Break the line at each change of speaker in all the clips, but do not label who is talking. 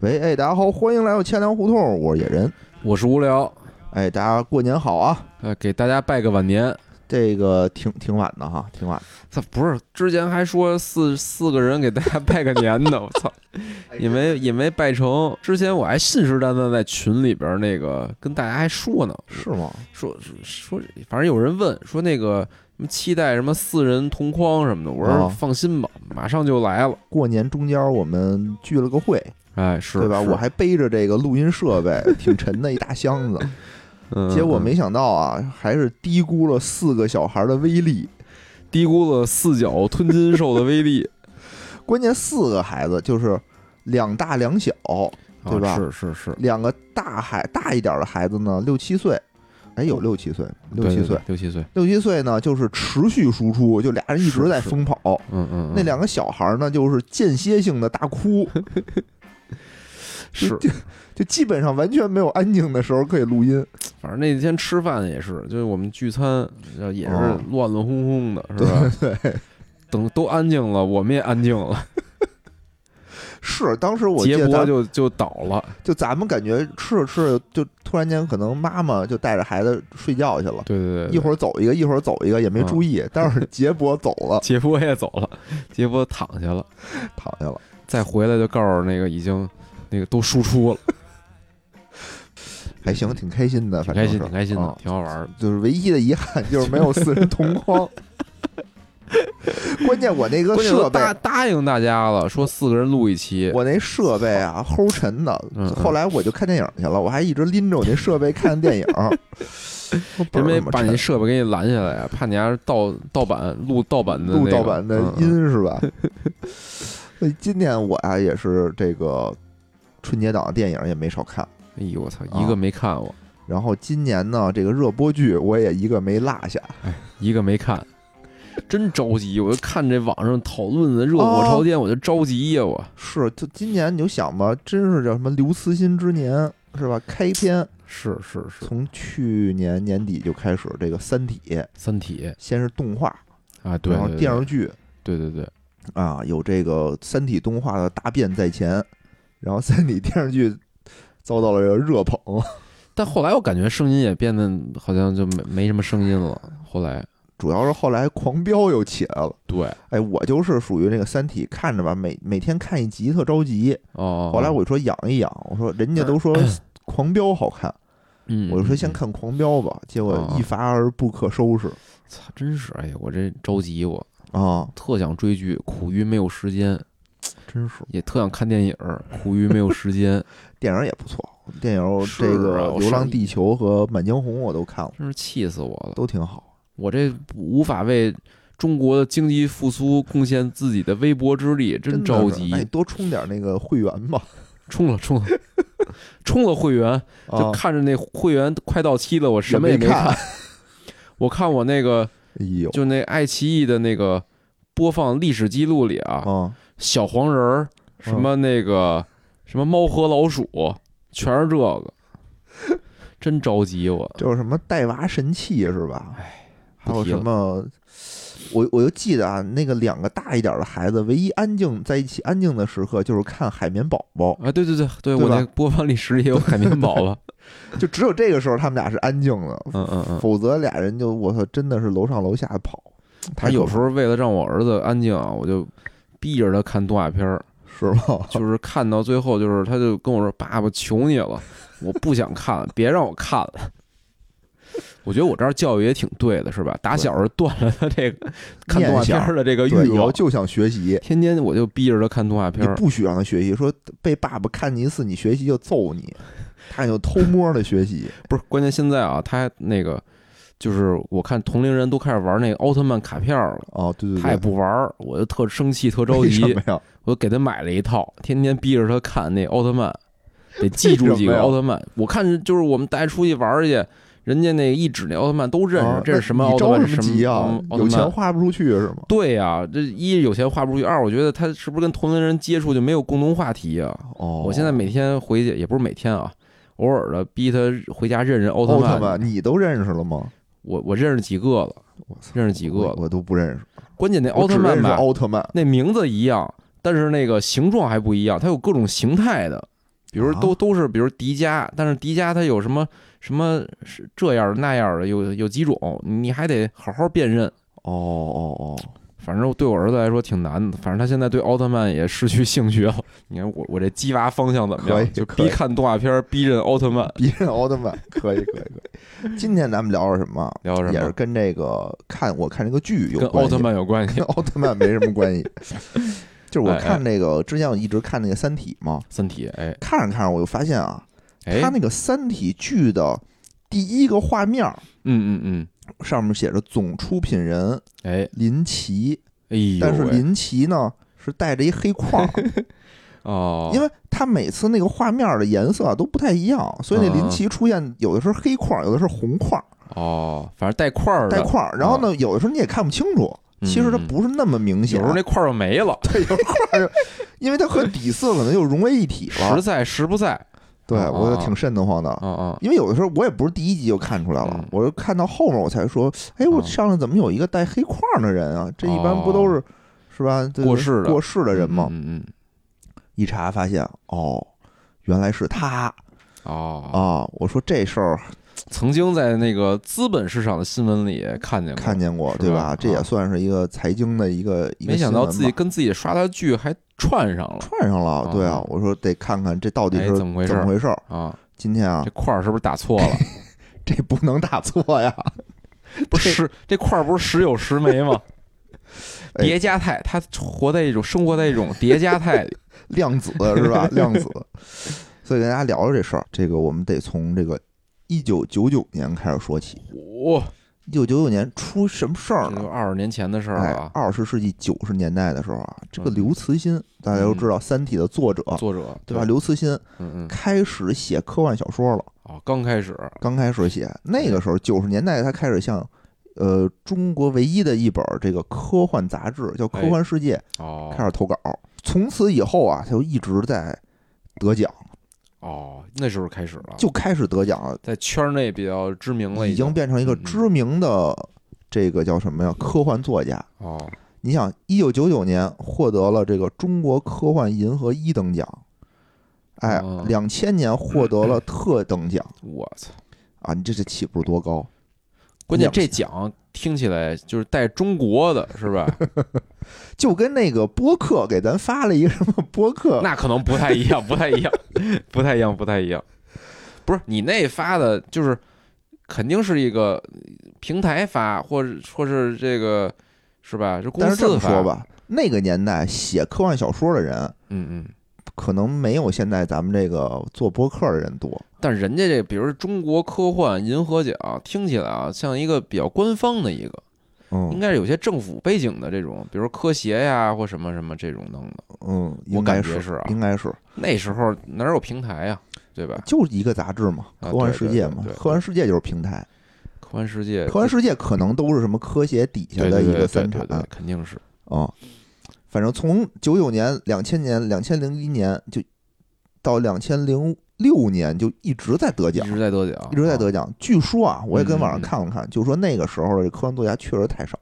喂，哎，大家好，欢迎来到千粮胡同，我是野人。
我是无聊，
哎，大家过年好啊！
呃，给大家拜个晚年。
这个挺挺晚的哈，挺晚的。
操，不是之前还说四四个人给大家拜个年呢，我操，
哎
也没也没拜成。之前我还信誓旦旦在群里边那个跟大家还说呢，
是吗？
说说，反正有人问说那个什么期待什么四人同框什么的，我说
啊
放心吧，马上就来了。
过年中间我们聚了个会，
哎，是
对吧？
是
我还背着这个录音设备，挺沉的一大箱子，
嗯
结果
嗯
没想到啊，还是低估了四个小孩的威力。
嗯低估了四脚吞金兽的威力，
关键四个孩子就是两大两小，
啊
对吧
是是是，
两个大孩大一点的孩子呢，六七岁，哎，有六七岁，六
对
七
对
岁
对，六七岁，
六七岁呢，就是持续输出，就俩人一直在
是是
疯跑。
嗯嗯，嗯
那两个小孩儿呢，就是间歇性的大哭，
是
就基本上完全没有安静的时候可以录音。
反正那天吃饭也是，就是我们聚餐，然后也是
哦
乱乱哄哄的，是吧？对等都安静了，我们也安静了，
是，当时我记
杰
得
博
咱就
就就倒了。
咱们感觉吃着吃着，就突然间可能妈妈就带着孩子睡觉去了，
对对对嗯
一
对，，
会儿走一个，一会儿走一个，也没注意。但是杰博走了
杰博也走了，杰博躺下了，
躺下了。
再回来就告诉那个已经那个都输出了，
还行，挺开心的，反
挺开
正
心，
是
挺开心的
啊，
挺好玩的。
就是唯一的遗憾就是没有四人同 框。关键我那个
关键
设
我
备
答答应大家了，说四个人录一期，
我那设备啊，齁沉的
嗯。嗯
后来我就看电影去了，我还一直拎着我那设备看电影。 我本
人
儿
没
他妈
把你
沉
设备给你拦下来啊，怕你还是盗盗版录盗版的
录
那个
盗版的
嗯嗯
音是吧？ 所以今年我啊也是这个春节档的电影也没少看，
哎呦我操，一个
啊
没看我，
然后今年呢这个热播剧我也一个没落下。
一个没看，真着急。我就看这网上讨论的热
哦
火朝天，我就着急呀、我
是，就今年你就想吧，真是叫什么刘慈欣之年是吧？开篇
是是是，《
从去年年底就开始这个《三体》，
三体
先是动画，》
啊，对
然后
对
电
对
视剧。
对对对，
啊，有这个《三体》动画的大变在前，然后《三体》电视剧遭到了这个热捧。
但后来我感觉声音也变得好像就没没什么声音了。后来
主要是后来《狂飙》又起来了，
对
哎，我就是属于这个《三体》，看着吧，每每天看一集特着急。
哦，
后来我就说养一养，我说人家都说《 狂飙》好看，
嗯，
我就说先
嗯，
看《狂飙》吧，结果
哦
一发而不可收拾
操，真是哎呀，我这着急我。
啊，
特想追剧，苦于没有时间；
真是。
也特想看电影，苦于没有时 间。
电影也不错，电影
是
这个
啊
《
我
流浪
上
地球》和《满江红》我都看了，
真是气死我了！
都挺好。
我这无法为中国的经济复苏贡献自己的微薄之力，真
的
着
是
急。
哎，多充点那个会员吧。
充了充了充了会员，
啊
就看着那会员快到期了，我什么也没看。
看。
我看我那个
哎呦，
就那爱奇艺的那个播放历史记录里啊，
啊，
小黄人儿什么那个什么猫和老鼠，全是这个，真着急我。
就是什么带娃神器是吧？还
不
有
提了
什么？我我就记得啊，那个两个大一点的孩子，唯一安静在一起安静的时刻，就是看《海绵宝宝
啊，对对对
对
对，我
吧
那播放历史也有海绵宝宝。》，
就只有这个时候他们俩是安静的，
嗯嗯嗯。
否则俩人就我操，真的是楼上楼下跑。
他
他
有时候为了让我儿子安静啊，我就逼着他看动画片儿。
是吧？
就是看到最后，就是他就跟我说：“爸爸，求你了，我不想看了，别让我看了。”我觉得我这儿教育也挺对的，是吧？打小就断了他这个 看动画片儿的这个
对，
欲
以后
望，
就想学习，
天天我就逼着他看动画
你
片儿。
不许让他学习，说被爸爸看你一次，你学习就揍你，他就偷摸的学习。
不是，关键现在啊，他那个就是我看同龄人都开始玩那个奥特曼卡片儿了，
哦，对对对，
他也不玩儿，我就特生气，特着
为什
急
么，呀？
我就给他买了一套，天天逼着他看那奥特曼，得记住几个奥特曼。我看就是我们带出去玩儿去，人家那一指那奥特曼都认识，
啊
这是什么
那
奥
你
特曼？
着
是
什么
什
急
么
啊
奥？奥
有
特
钱
曼？
花不出去是吗？
对呀、这一有钱花不出去，二我觉得他是不是跟同龄人接触就没有共同话题啊？
哦，
我现在每天回去也不是每天啊，偶尔的逼他回家认认奥
奥
特
特曼你都认识了吗？
我我认识几个了，
我操，
认识几个
我
了。
我都不认识。
关键那
我
奥
只认
特曼
识
吧，
奥特曼
那名字一样，但是那个形状还不一样，它有各种形态的。比如都
啊
都是比如迪迦，但是迪迦它有什么什么是这样那样的，有有几种，你还得好好辨认。
哦哦哦，
反正对我儿子来说挺难的，反正他现在对奥特曼也失去兴趣了。你看我我这激娃方向怎么
可以
样？就
可
逼
以
看动画片，逼认奥特曼。
别人奥特曼，可以可以可以。今天咱们聊点什么？
聊什
也是
么？
跟这个看我看这个剧有
跟
关系
奥特曼有关系
跟。奥特曼没什么关系。 就是我
哎哎
看那个之前我一直看那个《三体》嘛，
三体，哎
看着看着我就发现啊，
哎
它，那个《三体》剧的第一个画面儿
嗯嗯嗯，
上面写着总出品人
哎
林奇，
哎呦喂，
但是林奇呢是带着一黑框儿，
哦，
因为他每次那个画面儿的颜色啊都不太一样，所以那林奇出现有的是黑框儿，有的是红框儿，
哦，反正带块儿的哦
带，框儿。然后呢，有的时候你也看不清楚，
嗯
其实它不是那么明
有
显
时，候那块儿就没了，
因为它和底色可能又融为一体
实
了。
在实不在。
对，
啊
我就挺瘆得慌的。
嗯嗯，
因为有的时候我也不是第一集就看出来了
嗯，
我就看到后面我才说，哎，我
啊
上来怎么有一个带黑框儿的人啊？这一般不都是是吧？对
哦过世的
过世的人吗？
嗯嗯，
一查发现，哦，原来是他
嗯哦，
啊！我说这事儿
曾经在那个资本市场的新闻里看见过，
看见过，
是吧
对吧？
啊
这也算是一个财经的一个一个
没
新
想
闻
到
吧。
自己跟自己刷的剧还串上了，
串上了，
啊
对啊
啊，
我说得看看这到底
哎，
是
怎么回
怎么
事儿
回事儿。
啊？
今天啊
这，块儿是不是打错 了？
这不能打错 呀，
不是十这块儿不是时有时没吗？
哎
叠加态，他活在一种生活在一种叠加态里。
量子是吧？量子。所以跟大家聊聊这事儿，这个我们得从这个一九九九年开始说起。
哇，
一九九九年出什么事儿
这
呢
都？二十年前的事儿
哎
了，啊。
二十世纪九十年代的时候啊，这个
嗯
刘慈欣，大家都知道《三体》的作者，
作者
对吧？？刘慈欣
嗯嗯，
开始写科幻小说了，
哦，刚开始，
刚开始写，那个时候九十年代他开始向，呃，中国唯一的一本这个科幻杂志叫《科幻世界》
哦，
开始投稿，从此以后啊，他就一直在得奖，
哦，那时候开始了，
就开始得奖了，
在圈内比较知名了，
已
已
经变成一个
嗯嗯
知名的这个叫什么呀？科幻作家。
哦，
你想，一九九九年获得了这个中国科幻银河一等奖，哎
哦，
两千年获得了特等奖
我操！
啊！你这这起步多高？
关键
两
这奖听起来就是带中国的，是 吧？
就跟那个播客给咱发了一个什么播客，
那可能不太一样，不太一样， 不太一样，不太一样。不是你那发的，就是肯定是一个平台发，或者说是这个是吧？是公
但是这
司
么
发
说，吧，那个年代写科幻小说的人，
嗯嗯。
可能没有现在咱们这个做播客的人多。
但人家这，比如说中国科幻银河奖，听起来啊像一个比较官方的一个，应
嗯
该是有些政府背景的这种，比如说科协呀或什么什么这种弄的。
嗯，
我
应
感
该
觉
是
是啊，
应该是，
那时候哪有平台呀，对吧？
就一个杂志嘛，
啊
科幻
对
世
对
界
对
嘛
对，对
科幻世界就是平台，
科幻世界，
科幻世界可能都是什么科协底下
对
的
对
一
对
个嗯
对
三
对
产
对对肯定是
啊。反正从九九年、两千年、两千零一年就到两千零六年，就一直在得
一
奖，
直在得奖，
一直在得
啊。
奖。据说啊，我也跟网上
嗯嗯
看了看，就说那个时候的科幻作家确实太少。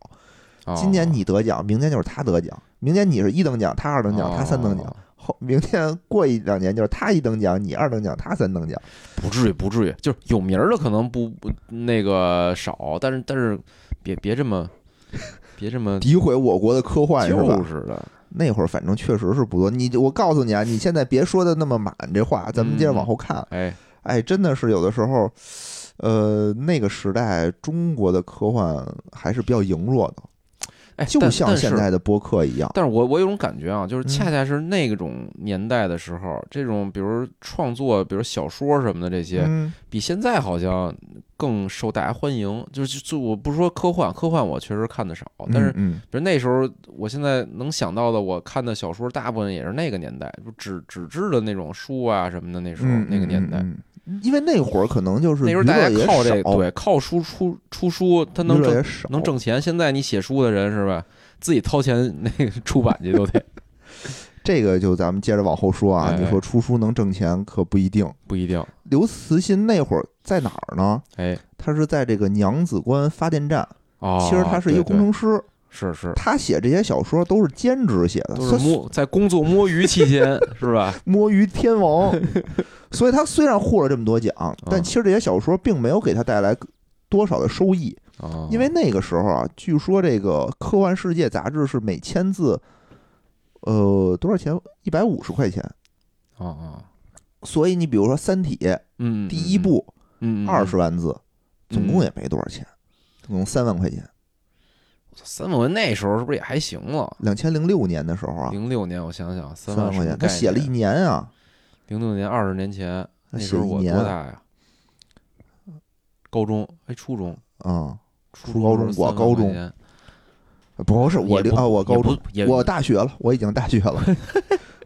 哦
今年你得奖，明年就是他得奖，明年你是一等奖，他二等奖，他三等奖，
哦
后明年过一两年就是他一等奖，你二等奖，他三等奖。
不至于不至于，就是有名儿的可能不不那个少，但是但是别别 这么别这么
诋毁我国的科幻是吧
嗯就？是的，
那会儿反正确实是不多。你我告诉你啊，你现在别说的那么满这话，咱们接着往后看。
哎，
哎，真的是有的时候，呃，那个时代中国的科幻还是比较羸弱的，
哎，
就
但
像
但
现
是
在的播客一样。
但是我我有种感觉啊，就
嗯
是恰恰是那种年代的时候，这种比如创作，比如小说什么的这些，
嗯，
比现在好像更受大家欢迎。就是就我不说科幻，科幻我确实看的少，但是
嗯，
比如那时候，我现在能想到的，我看的小说大部分也是那个年代，就纸纸质的那种书啊什么的，那时候、
嗯
那个年代。
嗯嗯因为那会儿可能就是
那
娱
时候大
乐
家
也
靠这
少
个，对，靠书出出书，他
娱
能
乐
挣
也少，
能挣钱。现在你写书的人是吧，自己掏钱那个出版去都得，
这个就咱们接着往后说啊。
哎
你说出书能挣钱可不一定。
不一定。
刘慈欣那会儿在哪儿呢？
哎，
他是在这个娘子关发电站，
哦，
其实他是一个工，
对
程师，
对是是，
他写这些小说都是兼职写的，
都是
他
摸在工作摸鱼期间是吧？
摸鱼天 王，所以他虽然获了这么多奖，但
嗯
其实这些小说并没有给他带来多少的收益，
啊，
因为那个时候啊，据说这个《科幻世界》杂志是每千字，呃，多少钱？一百五十块钱。
啊啊，
所以你比如说《三体》
嗯，
第一部
嗯，嗯
二十，万字，
嗯
总共也没多少钱，总共三万块钱。
三本文那时候是不是也还行了？
两千零六年的时候啊，
零六年我想想，
三
三
万块钱，他写了一年啊，
零六年二十年前，
他
那时
写
候
一
我多
年啊，
大呀？高中哎，初中，
嗯
初
初高中
时候
我
三万
高中
块钱
不是我
也
零
不
啊，我高中
也不也
我大学了，我已经大学 了，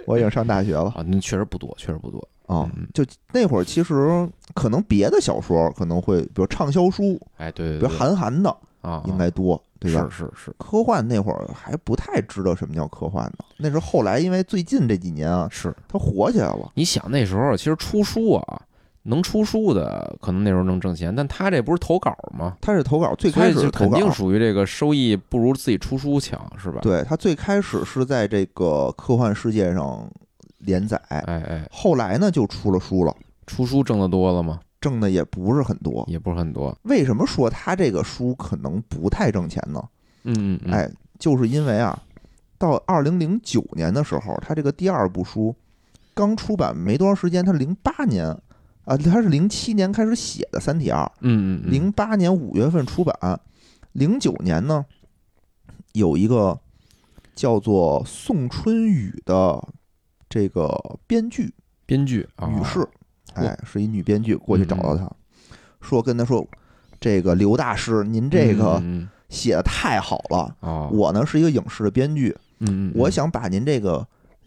我已经上大学了
啊，那确实不多，确实不多。
啊
嗯。
就那会儿，其实可能别的小说可能会，比如畅销书，
哎，对
比如
对对，
韩寒的
啊，
应该多，对吧？
是是是，
科幻那会儿还不太知道什么叫科幻呢，那是后来因为最近这几年啊，
是，
它火起来了。
你想那时候其实出书啊，能出书的可能那时候能挣钱，但他这不是投稿吗？
他是投稿，最
所
开
以
始是
就
投
肯
稿，
定属于这个收益不如自己出书强，是吧？，
对他最开始是在这个科幻世界上连载，
哎哎，
后来呢就出了书了，
出书挣得多了吗？
挣的也不是很多。
也不是很多。
为什么说他这个书可能不太挣钱呢？
嗯嗯，嗯，
哎，就是因为啊，到二零零九年的时候，他这个第二部书刚出版没多长时间，他零八年啊，他是零七年开始写的《三体二》，
嗯嗯嗯，
零八年五月份出版，零九年呢有一个叫做宋春雨的这个编剧
编剧啊，
女士，哎，是一女编剧，过去找到
嗯嗯
他，说跟他说，这个刘大师，您这个
嗯嗯
写的太好了，
嗯哦，
我呢是一个影视的编剧，
嗯嗯，
我
嗯，
想把您这个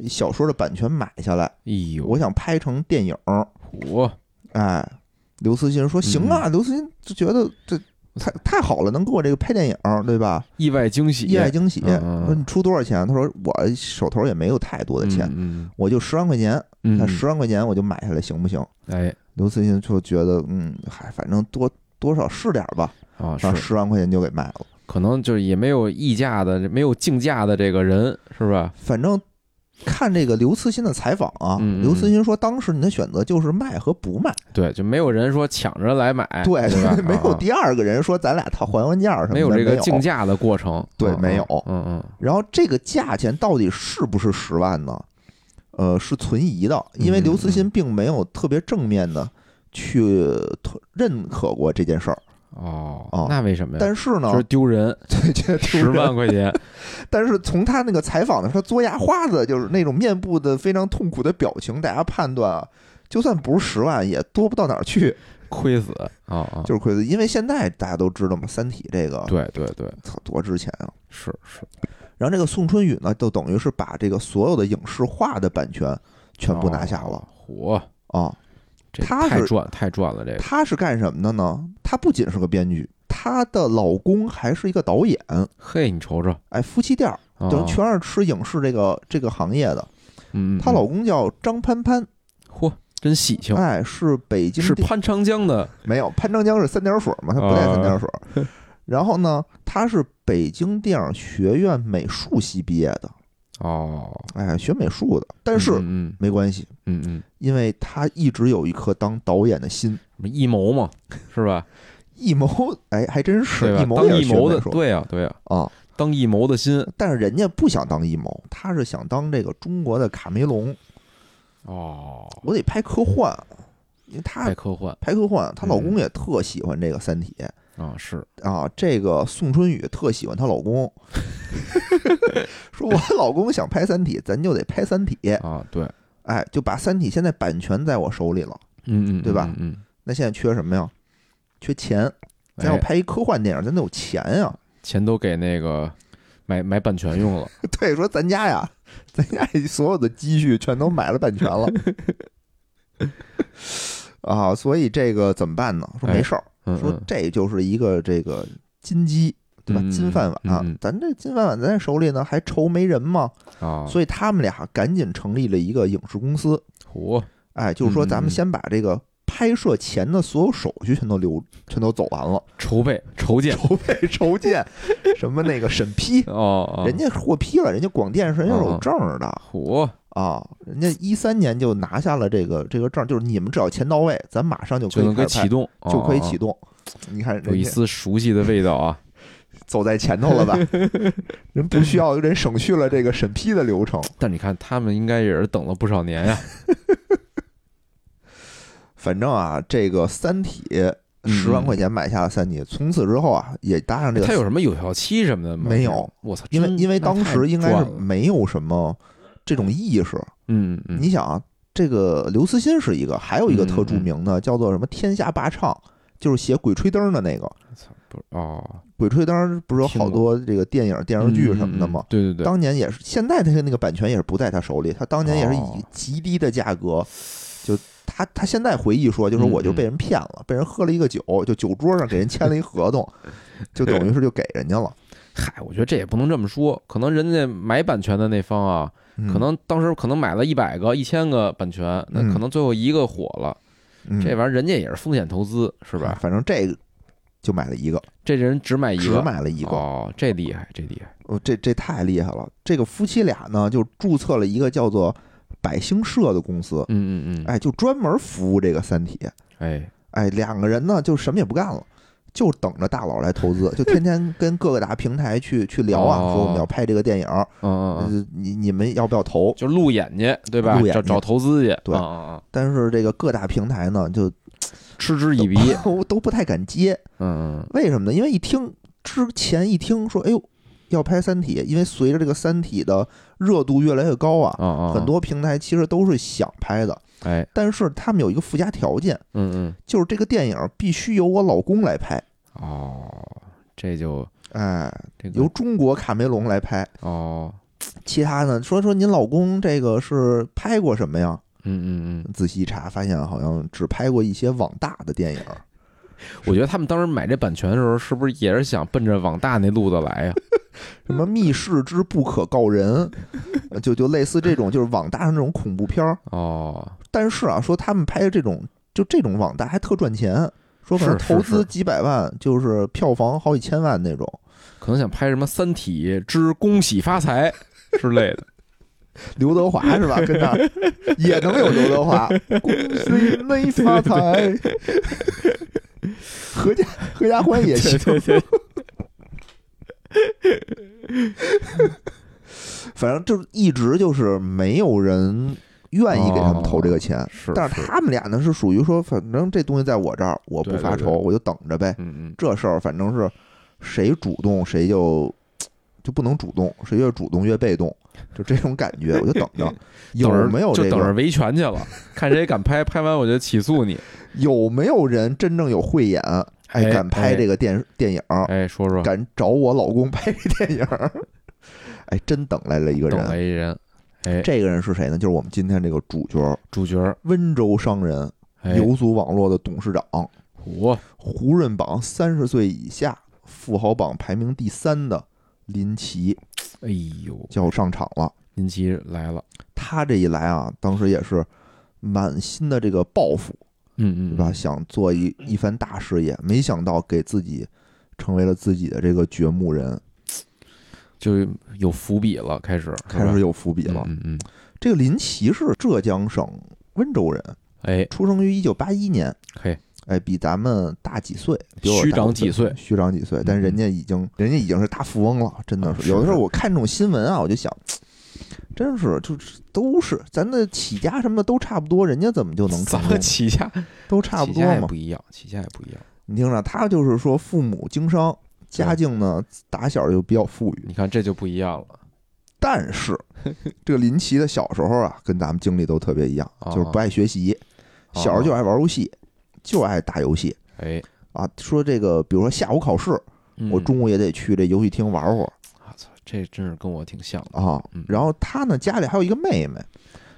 小说的版权买下来，
哎呦，
我想拍成电影儿，
我
哎。刘慈欣
嗯
说：“行啊，刘慈欣就觉得这太太好了，能给我这个拍电影儿，对吧？
意外惊喜，
意外惊喜。
嗯嗯嗯
说你出多少钱？他说我手头也没有太多的钱，
嗯
我就十万块钱。
嗯，
那
嗯
十，万块钱我就买下来，行不行？
哎
刘慈欣就觉得，嗯，嗨，反正多多少是点儿吧，
啊是
然后，十万块钱就给卖了。
可能就是也没有议价的，没有竞价的这个人，是吧？
反正看这个刘慈欣的采访啊，
嗯嗯嗯
刘慈欣说，当时你的选择就是卖和不卖，
对，就没有人说抢着来买，
对，？
哎对吧
没有
啊
第二个人说咱俩讨还还价什么的，
没
没
有这个竞。价的过程，
对
啊
没有
嗯嗯，
然后这个价钱到底是不是十万呢？呃，是存疑的，因为
嗯
刘慈欣并没有特别正面的去推认可过这件事儿。
哦
哦，
那为什么呀？
但是呢
就是，丢人，
啊 对，觉得挺
十万块钱，
但是从他那个采访的时候，他嘬牙花子，就是那种面部的非常痛苦的表情，大家判断啊，就算不是十万，也多不到哪儿去，
亏死啊啊！
就是亏的。因为现在大家都知道嘛，《三体》这个
对对对，
操多值钱啊。
是是，
然后这个宋春雨呢，就等于是把这个所有的影视化的版权全部拿下了
哦，嚯，
啊。
这
他
太
是
赚太赚了，这个
她是干什么的呢？她不仅是个编剧，她的老公还是一个导演。
嘿，你瞅瞅，
哎，夫妻店儿
啊
等于全是吃影视这个这个行业的。
嗯，嗯
她老公叫张潘潘，
嚯，真喜庆，
哎，是北京
是
电
潘长江的
没有潘长江是三点水嘛，他不带三点水。
哦
然后呢，她是北京电影学院美术系毕业的，
哦，
哎，学美术的。但是、
嗯
没关系，
嗯嗯嗯，
因为她一直有一颗当导演的心。
什么艺谋嘛，是吧？
艺谋，哎，还真是
对吧？
艺谋
当
也
艺
是学嗯
谋的
美，术
对呀对呀，
啊。
当艺谋的心
但是人家不想当一谋，他是想当这个中国的卡梅隆，
哦，
我得拍科幻，因为他
太科幻嗯
拍科幻，她老公也特喜欢这个《三体》
啊，是
啊，这个宋春雨特喜欢她老 公，说我老公想拍《三体》，咱就得拍《三体》，
啊，对，
哎，就把《三体》现在版权在我手里了，
嗯嗯，
对吧
嗯，嗯
那现在缺什么呀？缺钱，咱要
哎
拍一科幻电影，咱得有钱呀。
钱都给那个买买版权用了，
对，说咱家呀，咱家所有的积蓄全都买了版权了。啊，所以这个怎么办呢？说没事儿，
嗯，
说
嗯
这就是一个这个金鸡，对吧？
嗯
金饭碗、啊
嗯嗯
咱这金饭碗咱手里呢，还愁没人吗？
啊，
所以他们俩赶紧成立了一个影视公司。
嚯，
哎，就是说咱
嗯
们
嗯嗯
先把这个。拍摄前的所有手续全都留，全都走完了，
筹备筹建
筹备、筹建，什么那个审批，
哦，哦
人家获批了，人家广电是人家有证儿的
虎
啊，人家一三年就拿下了这个这个证儿，就是你们只要钱到位，咱马上就可
就
以
能
开
给
始拍
启，动，哦
就可以
哦
启动。你看，
有
人
一
家
丝熟悉的味道啊！
走在前头了 吧？人不需要，人省去了这个审批的流程。
但你看，他们应该也是等了不少年呀、
反正啊，这个《三体》
嗯哎
十万块钱买下了《三体》，从此之后啊，也搭上这个
他有什么有效期什么的吗？
没有，
我操！
因为
真
因为
那
当
太
时应该
赚
是
了
没有什么这种意识。
嗯嗯，
你想啊，这个刘慈欣是一个，还有一个特著名的叫做什么“天下霸唱”，就是写《鬼吹灯》的那个。
操不是哦，
《鬼吹灯》不是有好多这个电影、电视剧什么的
嗯嗯嗯
吗？
对对对，
当年也是，现在他那个版权也是不在他手里，他当年也是以
哦
极低的价格，就他他现在回忆说，就是我
嗯
就被人骗了，被人喝了一个酒，就酒桌上给人签了一合 同，就等于是就给人家了，
嗨，我觉得这也不能这么说，可能人家买版权的那方啊，
嗯
可能当时可能买了一百个、一千个版权，那
嗯
可能最后一个火了，
嗯哎
这玩意儿人家也是风险投资，是吧？
反正这个就买了一个，
这人只买一
只
个，
买了一个，
哦，这厉害，这厉害，
哦，这这太厉害了。这个夫妻俩呢，就注册了一个叫做百星社的公司，
嗯嗯嗯，
哎，就专门服务这个《三体》。
哎，
哎，两个人呢就什么也不干了，就等着大佬来投资，就天天跟各个大平台去去聊啊，
哦
说我们要拍这个电影，
嗯嗯嗯，
呃你你们要不要投？
就路演去，对吧
路？演
找
去
找投资去，
对
啊啊啊，
但是这个各大平台呢，就
嗤之以鼻，
都都不太 敢接，
嗯嗯，
为什么呢？因为一听之前一听说，哎呦，要拍《三体》，因为随着这个《三体》的热度越来越高啊，
啊啊，
很，多平台其实都是想拍的，
哎，
但是他们有一个附加条件，
嗯嗯，
就是这个电影必须由我老公来拍，
哦，这就
哎，
这个
由中国卡梅隆来拍。
哦，
其他呢？说说您老公这个是拍过什么呀？
嗯嗯嗯，
仔细一查，发现好像只拍过一些网大的电影。
我觉得他们当时买这版权的时候，是不是也是想奔着网大那路子来 呀？
什么《密室之不可告人》呃，就就 类似这种，就是网大上这种恐怖片儿。
哦，
但是啊，说他们拍的这种，就这种网大还特赚钱，说可能
是是
投资
是
几百万，就是票房好几千万那种。
可能想拍什么《三体之恭喜发财》之类 的。
刘德华是吧？跟那 儿也能有刘德华，恭喜你发财。合家合家欢 也行，
对，
反正就是一直就是没有人愿意给他们投这个钱。
啊是，
但是他们俩呢是属于说，反正这东西在我这儿，我不发
对
愁，
对对
我就等着呗。
嗯嗯，
这事儿反正是谁主动谁就就不能主动，谁越主动越被动，就这种感 觉，我就等着有
等着
没有这
就等着
个
维权去了，看谁敢拍，拍完我就起诉 你。
哦有没有人真正有慧眼，哎，
哎
敢拍
哎
这个电电影儿，
哎，说说，
敢找我老公拍这电影儿， 哎，真等来了一个
等
人。
了一人，哎，
这个人是谁呢？就是我们今天这个主角儿，
主角，
温州商人
哎，
游族网络的董事长，
我
胡润榜三十岁以下富豪榜排名第三的林奇
哎呦，
就要上场了。
林奇来了，
他这一来啊，当时也是满心的这个抱负，
嗯
对
嗯，
吧？想做一一番大事业，没想到给自己成为了自己的这个掘墓人，
就有伏笔了，开始
开始有伏笔了。
嗯嗯，
这个林奇是浙江省温州人，
哎，
出生于一九八一年，
嘿，
哎，比咱们大几岁，比我
虚
大
长
五
几岁嗯
虚长几岁，但人家已经，人家已经是大富翁了，真的
啊
是。
是
有的时候
是
我看这种新闻啊，我就想，真是就是都是咱的起家什么的都差不多，人家怎么就能成
咱
功
们？起价
都差不
起
多
价也
嘛。
不一样，起价也不一样。
你听着，他就是说父母经商，家
对
境呢打小就比较富裕，
你看这就不一样了，
但是 这个林奇的小时候啊，跟咱们经历都特别一样，就是不爱学习，
哦
小时候就爱玩游戏，就爱打游戏
哎，
啊。说这个，比如说下午考试，我
嗯
中午也得去这游戏厅玩会儿
我操，这真是跟我挺像的。
啊
嗯。
然后他呢，家里还有一个妹妹，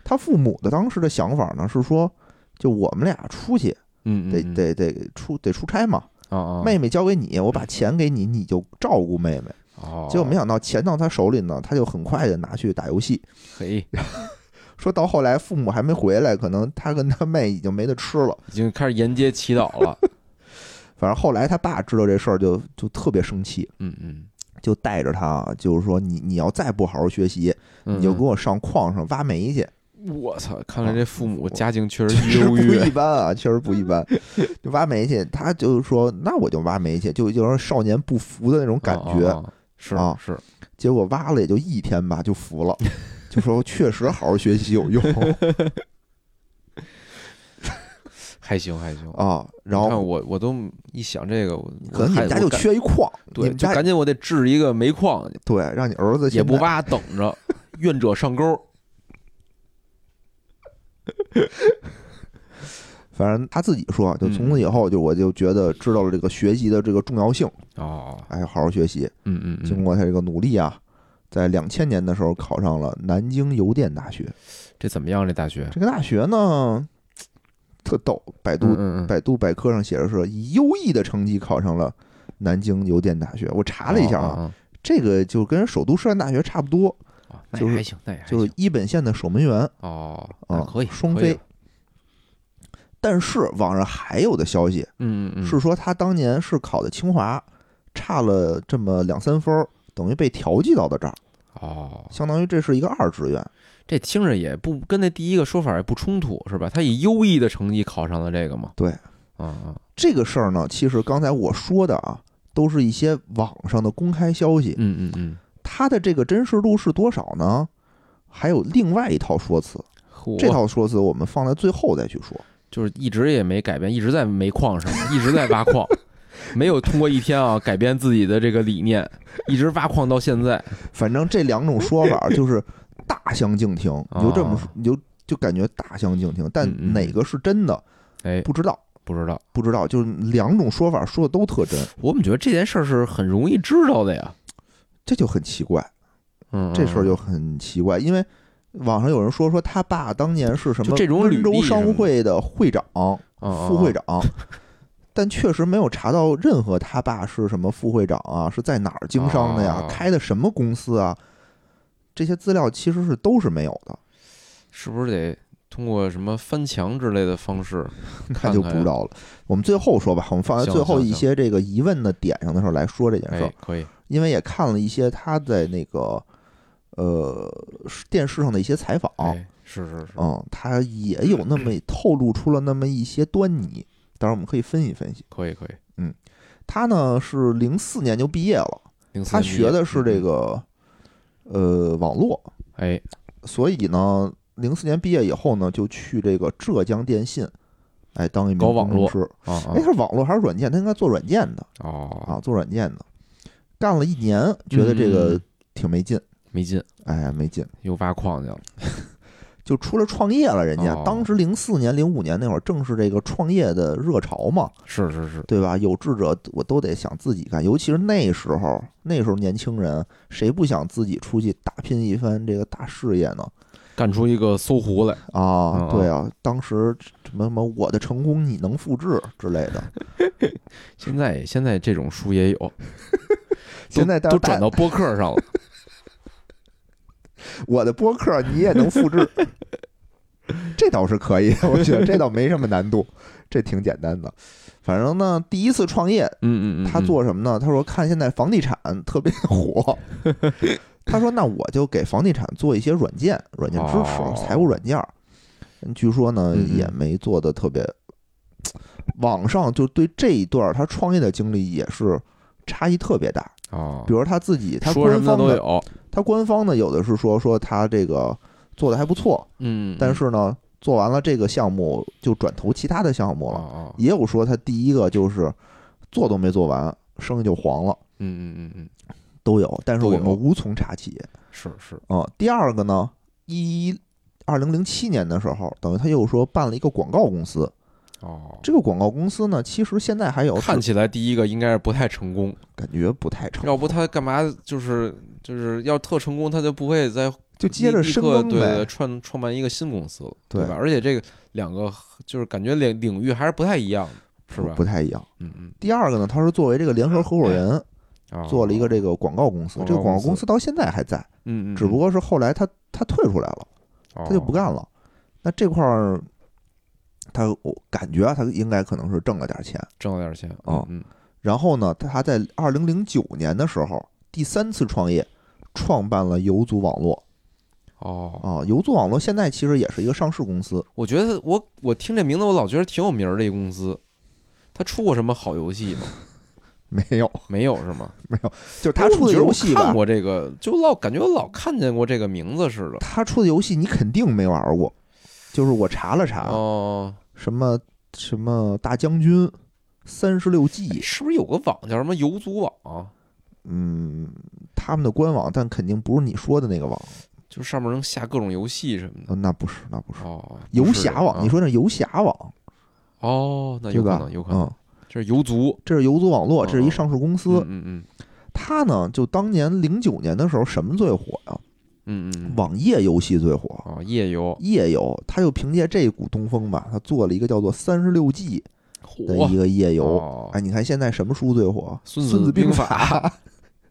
他父母的当时的想法呢是说，就我们俩出去
嗯，
得
嗯嗯
得得出得出差嘛，
啊啊，
妹妹交给你，我把钱给你，你就照顾妹妹。
哦，
结果没想到钱到他手里呢，他就很快的拿去打游戏。
嘿，
说到后来父母还没回来，可能他跟他妹已经没得吃了。
已经开始沿街祈祷了。
反正后来他爸知道这事儿就就特别生气，
嗯嗯
就带着他就是说你你要再不好好学习，
嗯，
你就给我上矿上挖煤去。
我操！看来这父母家境确
啊确
实
实
优
不
越
一。般啊，确实不一 般。就挖煤去，他就说那我就挖煤去，就就是少年不服的那种感觉。
哦哦哦是
啊
是，
结果挖了也就一天吧，就服 了，就说确实好好学习有用
还行还行。
啊。然
你看
后
我我都一想这个，我
可能你们家就
去，
缺一矿，你
对，
们
就
家
赶紧我得治一个煤矿，
对，让你儿子
也
现
不
在
挖，等着，愿者 上钩。
反正他自己说，啊就从此
嗯
以后就我就觉得知道了这个学习的这个重要性，
哦，
哎，好好学习。
嗯嗯嗯，
经过他这个努力啊，在两千年的时候考上了南京邮电大学。
这怎么样？这大学？
这个大学呢，特逗，百度
嗯嗯嗯，
百度百科上写着说，以优异的成绩考上了南京邮电大学。我查了一下啊，
啊，
这个就跟首都师范大学差不多，
哦那
就
也
是
还行，那也还
就是
行。
一本线的守门员。
哦，
啊
那可以，
双
可以
飞
了。
但是网上还有的消息
嗯嗯嗯，
是说，他当年是考的清华，差了这么两三分儿，等于被调剂到的这儿，
哦，
相当于这是一个二志愿。
这听着也不跟那第一个说法也不冲突，是吧？他以优异的成绩考上了这个嘛。
对，
啊啊，
这个事儿呢，其实刚才我说的啊，都是一些网上的公开消息，
嗯嗯嗯，
它的这个真实度是多少呢？还有另外一套说辞，
嚯
这套说辞我们放在最后再去说。
就是一直也没改变，一直在煤矿上， 一直在挖矿，没有通过一天啊改变自己的这个理念，一直挖矿到现在。
反正这两种说法就是大相径 庭，你就这么说，你就就感觉大相径庭，但
啊嗯嗯
哪个是真的
哎，
不知道，
不知道，
不知道，就是两种说法说的都特真，
我们觉得这件事儿是很容易知道的呀。
这就很奇怪，
嗯，
这事儿
嗯
就很奇怪，因为。网上有人说说他爸当年是什么
就这种
温
履历
州商
什么
会的会长、
嗯嗯
副会
嗯
长， 但确实没有查到任何他爸是什么副会长啊，是在哪儿经商的呀
哦，
开的什么公司啊，这些资料其实是都是没有的，
是不是得通过什么翻墙之类的方式？
那就不知道了。我们最后说吧，我们放在
行
最后
行
一
行
些这个疑问的点上的时候来说这件事
哎
儿，，
可以，
因为也看了一些他在那个呃电视上的一些采访，
哎，是是是，
嗯，他也有那 么透露出了那么一些端倪，当然我们可以分析分析。
可以可以。
他呢是零四年就毕业了。
04
他
年毕业
学的是这
嗯
个呃网络，
哎，
所以呢，零四年毕业以后呢，就去这个浙江电信，哎，当一名
搞网
工程
络
师。
啊啊
哎，他是网络还是软件？他应该做软件的
哦，
啊，做软件的。干了一年，觉得这个
嗯
挺没劲，
没劲，
哎，没劲，
又挖矿去了。
就出来创业了。人家
哦
当时零四年、零五年那会儿，正是这个创业的热潮嘛，
是是是，
对吧？有志者我都得想自己干，尤其是那时候，那时候年轻人谁不想自己出去打拼一番这个大事业呢？
干出一个搜狐来。
啊
嗯，
对啊，当时什么什么我的成功你能复制之类的，
现在现在这种书也有，都
现在大
都转
大
到播客上了。
我的播客你也能复 制，这倒是可以，我觉得这倒没什么难度，这挺简单的。反正呢，第一次创业
嗯嗯嗯，
他
嗯
做什么呢？他说看现在房地产特别 火，他说那我就给房地产做一些软件、软件支
哦
持、财务软件儿。嗯据说呢
嗯嗯
也没做的特别，网上就对这一段儿他创业的经历也是差异特别大。
哦
比，如他自己，他
说什
官
么的
方
都
的，
有。
他官方的有的是说说他这个做的还不错，
嗯，
但是呢做完了这个项目就转投其他的项目
哦
了。
哦，
也有说他第一个就是做都没做完，生意就黄了，
嗯嗯嗯嗯，
都有。但是
都
我
有
们无从查起
是是，
啊、嗯第二个呢，一二零零七年的时候，等于他又说办了一个广告公司。
哦，
这个广告公司呢，其实现在还有，
看起来第一个应该是不太成功，
感觉不太成，
要不他干嘛就是就是要特成功，他就不会再
就接着
立立
深
刻
耕
对
呗。
创创办一个新公司了，
对
对吧？而且这个两个就是感觉领领域还是不太一样的，是吧
不？太一样。
嗯嗯，
第二个呢，他是作为这个联合合伙人
哦
做了一个，这个广告公司，
广告
这个广
公
告
司
公司到现在还在，
嗯嗯，
只不过是后来他他退出来了，他就不
哦
干了。那这块儿，他我感觉啊他应该可能是挣了点钱。
挣了点钱
哦
嗯，
然后呢，他在二零零九年的时候第三次创业，创办了游族网络
哦，
啊。游族网络现在其实也是一个上市公司，
我觉得我我听这名字，我老觉得挺有名儿的一公司，他出过什么好游戏吗？
没有，
没有是吗？
就是他出的游戏
我看
吧，
过这个，就老感觉我老看见过这个名字似的。
他出的游戏你肯定没玩过。就是我查了查，
哦，
什么什么大将军三十六
哎
计，
是不是有个网叫什么游族网？啊
嗯，他们的官网，但肯定不是你说的那个网，
就上面能下各种游戏什么的。
呃那不是，那不是
哦，不
游
是
侠网，
啊
你说那游侠网
哦，那
对
有可
吧
能，？有可能，
嗯，
这是游族。
这是游族网络，这是
嗯
一
嗯
上市公
嗯
司，
嗯嗯
它呢就当年零九年的时候什么最火呀？
嗯嗯嗯，
网页游戏最火。
哦，夜游
页游，它就凭借这股东风吧，它做了一个叫做《三十六计》的
火
一个页游。
哦
哎，你看现在什么书最火？《
孙子
子
兵
法》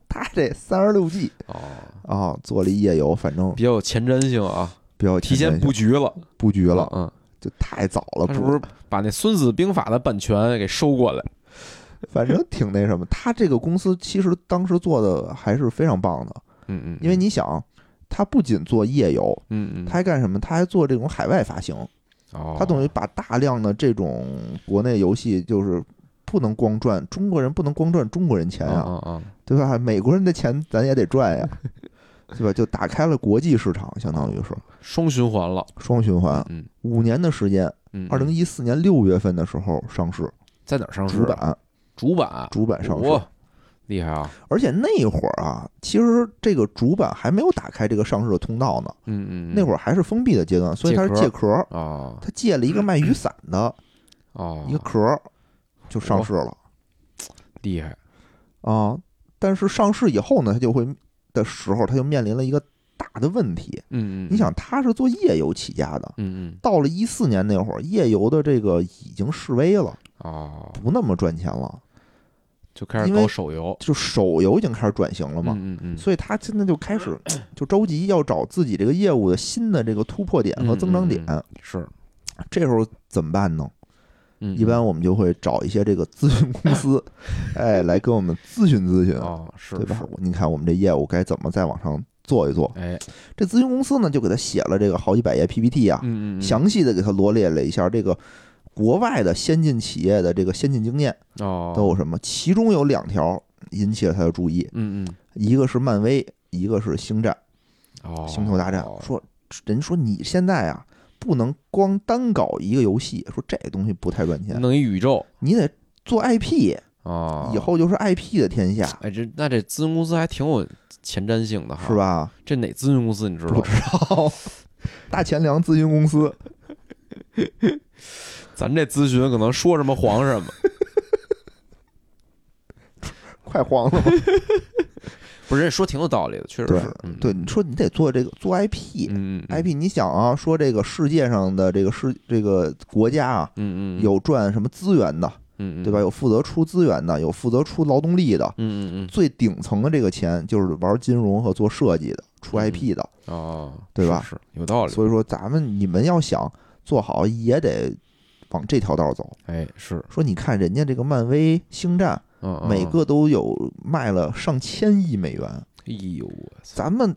它这三十六计
哦，
啊，做了一页游，反正
比较有前瞻性啊，
比较
提前
前瞻性
布局了，
布局
绝
了，
嗯，
就太早了，布
他是哦不是把那《孙子兵法》的版权给收过来？
反正挺那什么。他这个公司其实当时做的还是非常棒的，
嗯嗯，
因为你想，他不仅做页游，
嗯嗯，
他还干什么？他还做这种海外发行，
哦，
他等于把大量的这种国内游戏就是。不能光赚中国人，不能光赚中国人钱呀、
嗯嗯嗯
对吧？美国人的钱咱也得赚呀， 对吧？就打开了国际市场，相当于是
双循环了，
双循环。
嗯
五年的时间，
嗯，
二零一四年六月份的时候上市，
在哪儿上市哦
主
啊？
板
主板，
主板哦上市。
哇，厉害啊！
而且那会儿啊，其实这个主板还没有打开这个上市的通道呢，
嗯嗯，
那会
儿
儿还是封闭的阶段，所以它是
借
借壳儿，
哦
它借了一 个卖雨伞的
哦，
一个壳儿，就上市了
厉害，
啊。
哦
但是上市以后呢，它就会的时候，它就面临了一个大的问题。
嗯嗯，
你想，它是做页游起家的，
嗯，嗯嗯，
到了一四年那会儿，页游的这个已经式微了，
哦，
不那么赚钱了，
就开始
因为
搞手游
就手游已经开始转型了嘛。
嗯嗯嗯，
所以他现在就开始 就着急要找自己这个业务的新的这个突破点和增长点
嗯，嗯是，
这时候怎么办呢？
嗯，
一般我们就会找一些这个咨询公 司，哎，来跟我们咨询咨询，
哦，是
对吧
是？
你看我们这业务该怎么再往上做一做？
哎，
这咨询公司呢，就给他写了这个好几百页 PPT 啊，
嗯嗯嗯，
详细的给他罗列了一下这个国外的先进企业的这个先进经验
哦，
都有什么，其中有两条引起了他的注意，
嗯嗯，
一个是漫威，一个是星战。
哦，
星球大战
哦》
说，人说你现在啊不能光单搞一个游戏，说这东西不太赚钱，
弄一宇宙
你得做 IP，
啊，
以后就是 IP 的天下，
哎，这那这咨询公司还挺有前瞻性的哈，
是？ 吧？
这哪咨询公司你知道吗
不？知道，大钱粮咨询公司
咱这咨询可能说什么黄 什么，
快黄了吧？
不是人说挺有道理的，确实
对
是，嗯，
对，你说你得做这个做 IP。
嗯嗯
IP，你想啊，说这个世界上的这个世这个国家啊，
嗯嗯，
有赚什么资源的，
嗯嗯，
对吧？？有负责出资源的，有负责出劳动力的，
嗯嗯嗯，
最顶层的这个钱就是玩金融和做设计的，出
嗯
IP 的。
哦，
对吧
是是有道理，
所以说，咱们你们要想做好，也得往这条道走。
哎，是，
说你看人家这个漫威、星战，
嗯，嗯
每
嗯
个都有卖了上千亿美元，
哎呦，我操，
咱们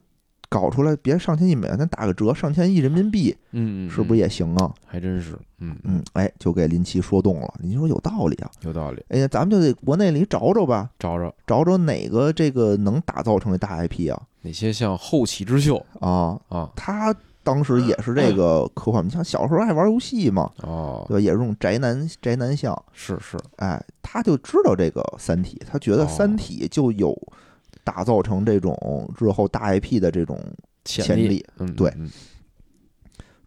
搞出来别上千亿美元，咱打个折，上千亿人民币
嗯，嗯
是不是
嗯
也行啊？
还真是，嗯，
嗯，哎，就给林奇说动了。林奇说有道理啊，
有道理，
哎呀，咱们就得国内里找找吧，
找找
找找哪个这个能打造成这大 IP 啊
哪些像后起之秀
啊！
啊，
他当时也是这 个科幻，你像小时候爱玩游戏嘛，
哦，
对吧？也是这种宅男宅男向。
是是，
哎，他就知道这个《三体》，他觉得
哦
《三体》就有打造成这种日后大 IP 的这种，潜
力，
力
嗯，
对
嗯，嗯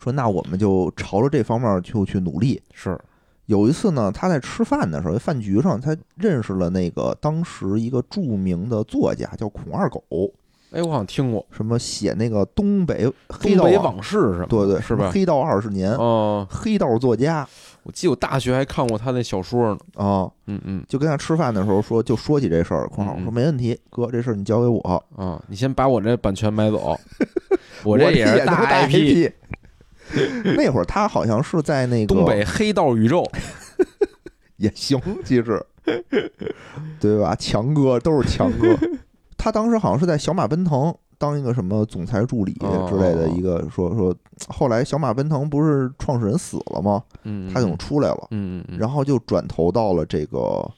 说那我们就朝着这方面就去努力。
是，
有一次呢，他在吃饭的时候，饭局上，他认识了那个当时一个著名的作家，叫孔二狗，
哎，我好像听过
什么写那个东北黑
东
道
北
啊，
往事什么的，
对对，
是
什么
吧？
黑道二十年，
哦，
黑道作家啊、
我记得我大学还看过他那小说呢，嗯嗯，
就跟他吃饭的时候说，就说起这事儿，孔二狗
嗯嗯
说没问题，哥，这事儿你交给我，
啊，你先把我这版权买走，我这也
也
是
大
大 IP，
IP。那会儿他好像是在那个
东北黑道 宇宙，
也行，其实， 对吧？强哥都是强 哥，他当时好像是在小马奔腾当一个什么总裁助理
哦
之类的一个说说，后来小马奔腾不是创始人死了吗？
嗯，
他总出来了，
嗯，嗯嗯，
然后就转投到了这个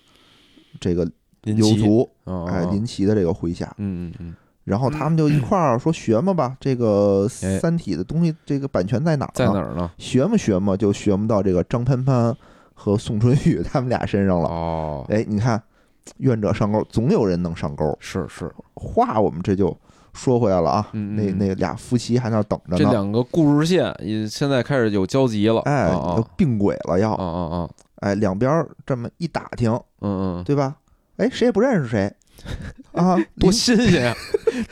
这个
林
游
奇，
族
哦
哎
哦
林奇的这个麾下，
嗯嗯嗯，
然后他们就一块儿说学嘛吧，这个
哎
《三体》的东西，这个版权在哪儿？
在哪？儿呢？
学嘛学嘛，就学不到这个张潘潘和宋春玉他们俩身上了。
哦，
哎，你看，愿者上钩，总有人能上钩。
是是，
话我们这就说回来了啊，
嗯嗯
那
嗯
那俩夫妻还那儿等着
这
呢，
两个故事线也现在开始有交集了，
哎，
啊
就并轨了要
啊，啊啊，
哎，两边儿这么一打听，
嗯嗯，
对吧？哎，谁也不认识谁啊，
多
林
新鲜 呀！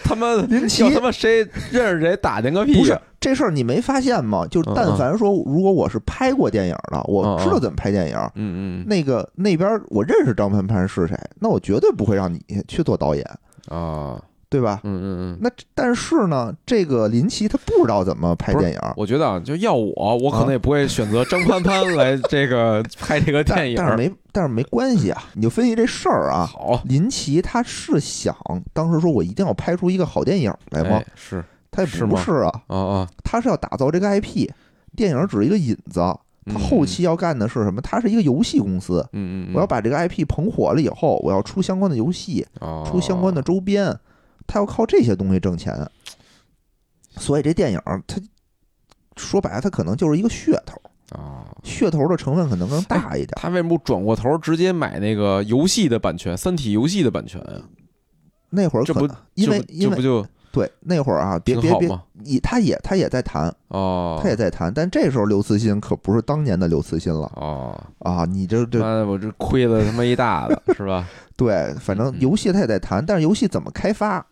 他们
林奇
要他妈谁认识谁打听个屁啊
不是
呀！
这事儿你没发现吗？就
嗯
但
嗯
凡说，如果我是拍过电影的，我
嗯
知道
嗯
怎么拍电影。
嗯嗯
那个那边我认识张潘潘是谁，那我绝对不会让你 去做导演，
嗯啊，
对吧？
嗯嗯嗯。
那但是呢，这个林奇他不知道怎么拍
不是
电影，
我觉得啊，就要我，我可能也不会选择张潘潘来 这个拍这个电
但
影。
但是没但是没关系啊，你就分析这事儿啊。
好，
林奇他是想当时说我一定要拍出一个好电影来吗？
哎是
他也
是
不
吗
是啊，
啊啊，
他是要打造这个 IP，电影只是一个引子，他
嗯
后期要干的是什么？他是一个游戏公司，
嗯嗯嗯，
我要把这个 IP 捧火了以后，我要出相关的游戏，
哦
出相关的周边，他要靠这些东西挣钱。所以这电影儿它说白了，它可能就是一个噱头，
啊。
噱头的成分可能
哎
更大一点。
他为什么不转过头直接买那个游戏的版权，《三体》游戏的版权啊？
那会儿
这
可
不
能因为
这不
因
这不
为
就
对那会儿啊，别
挺
别
好
别
吗，
也他也他也在谈，
哦，
他也在谈，但这时候刘慈欣可不是当年的刘慈欣了
哦，
啊！你这这
妈的，我这亏了他妈一大的，是吧？
对，反正
嗯
游戏他也在谈，但是游戏怎么开发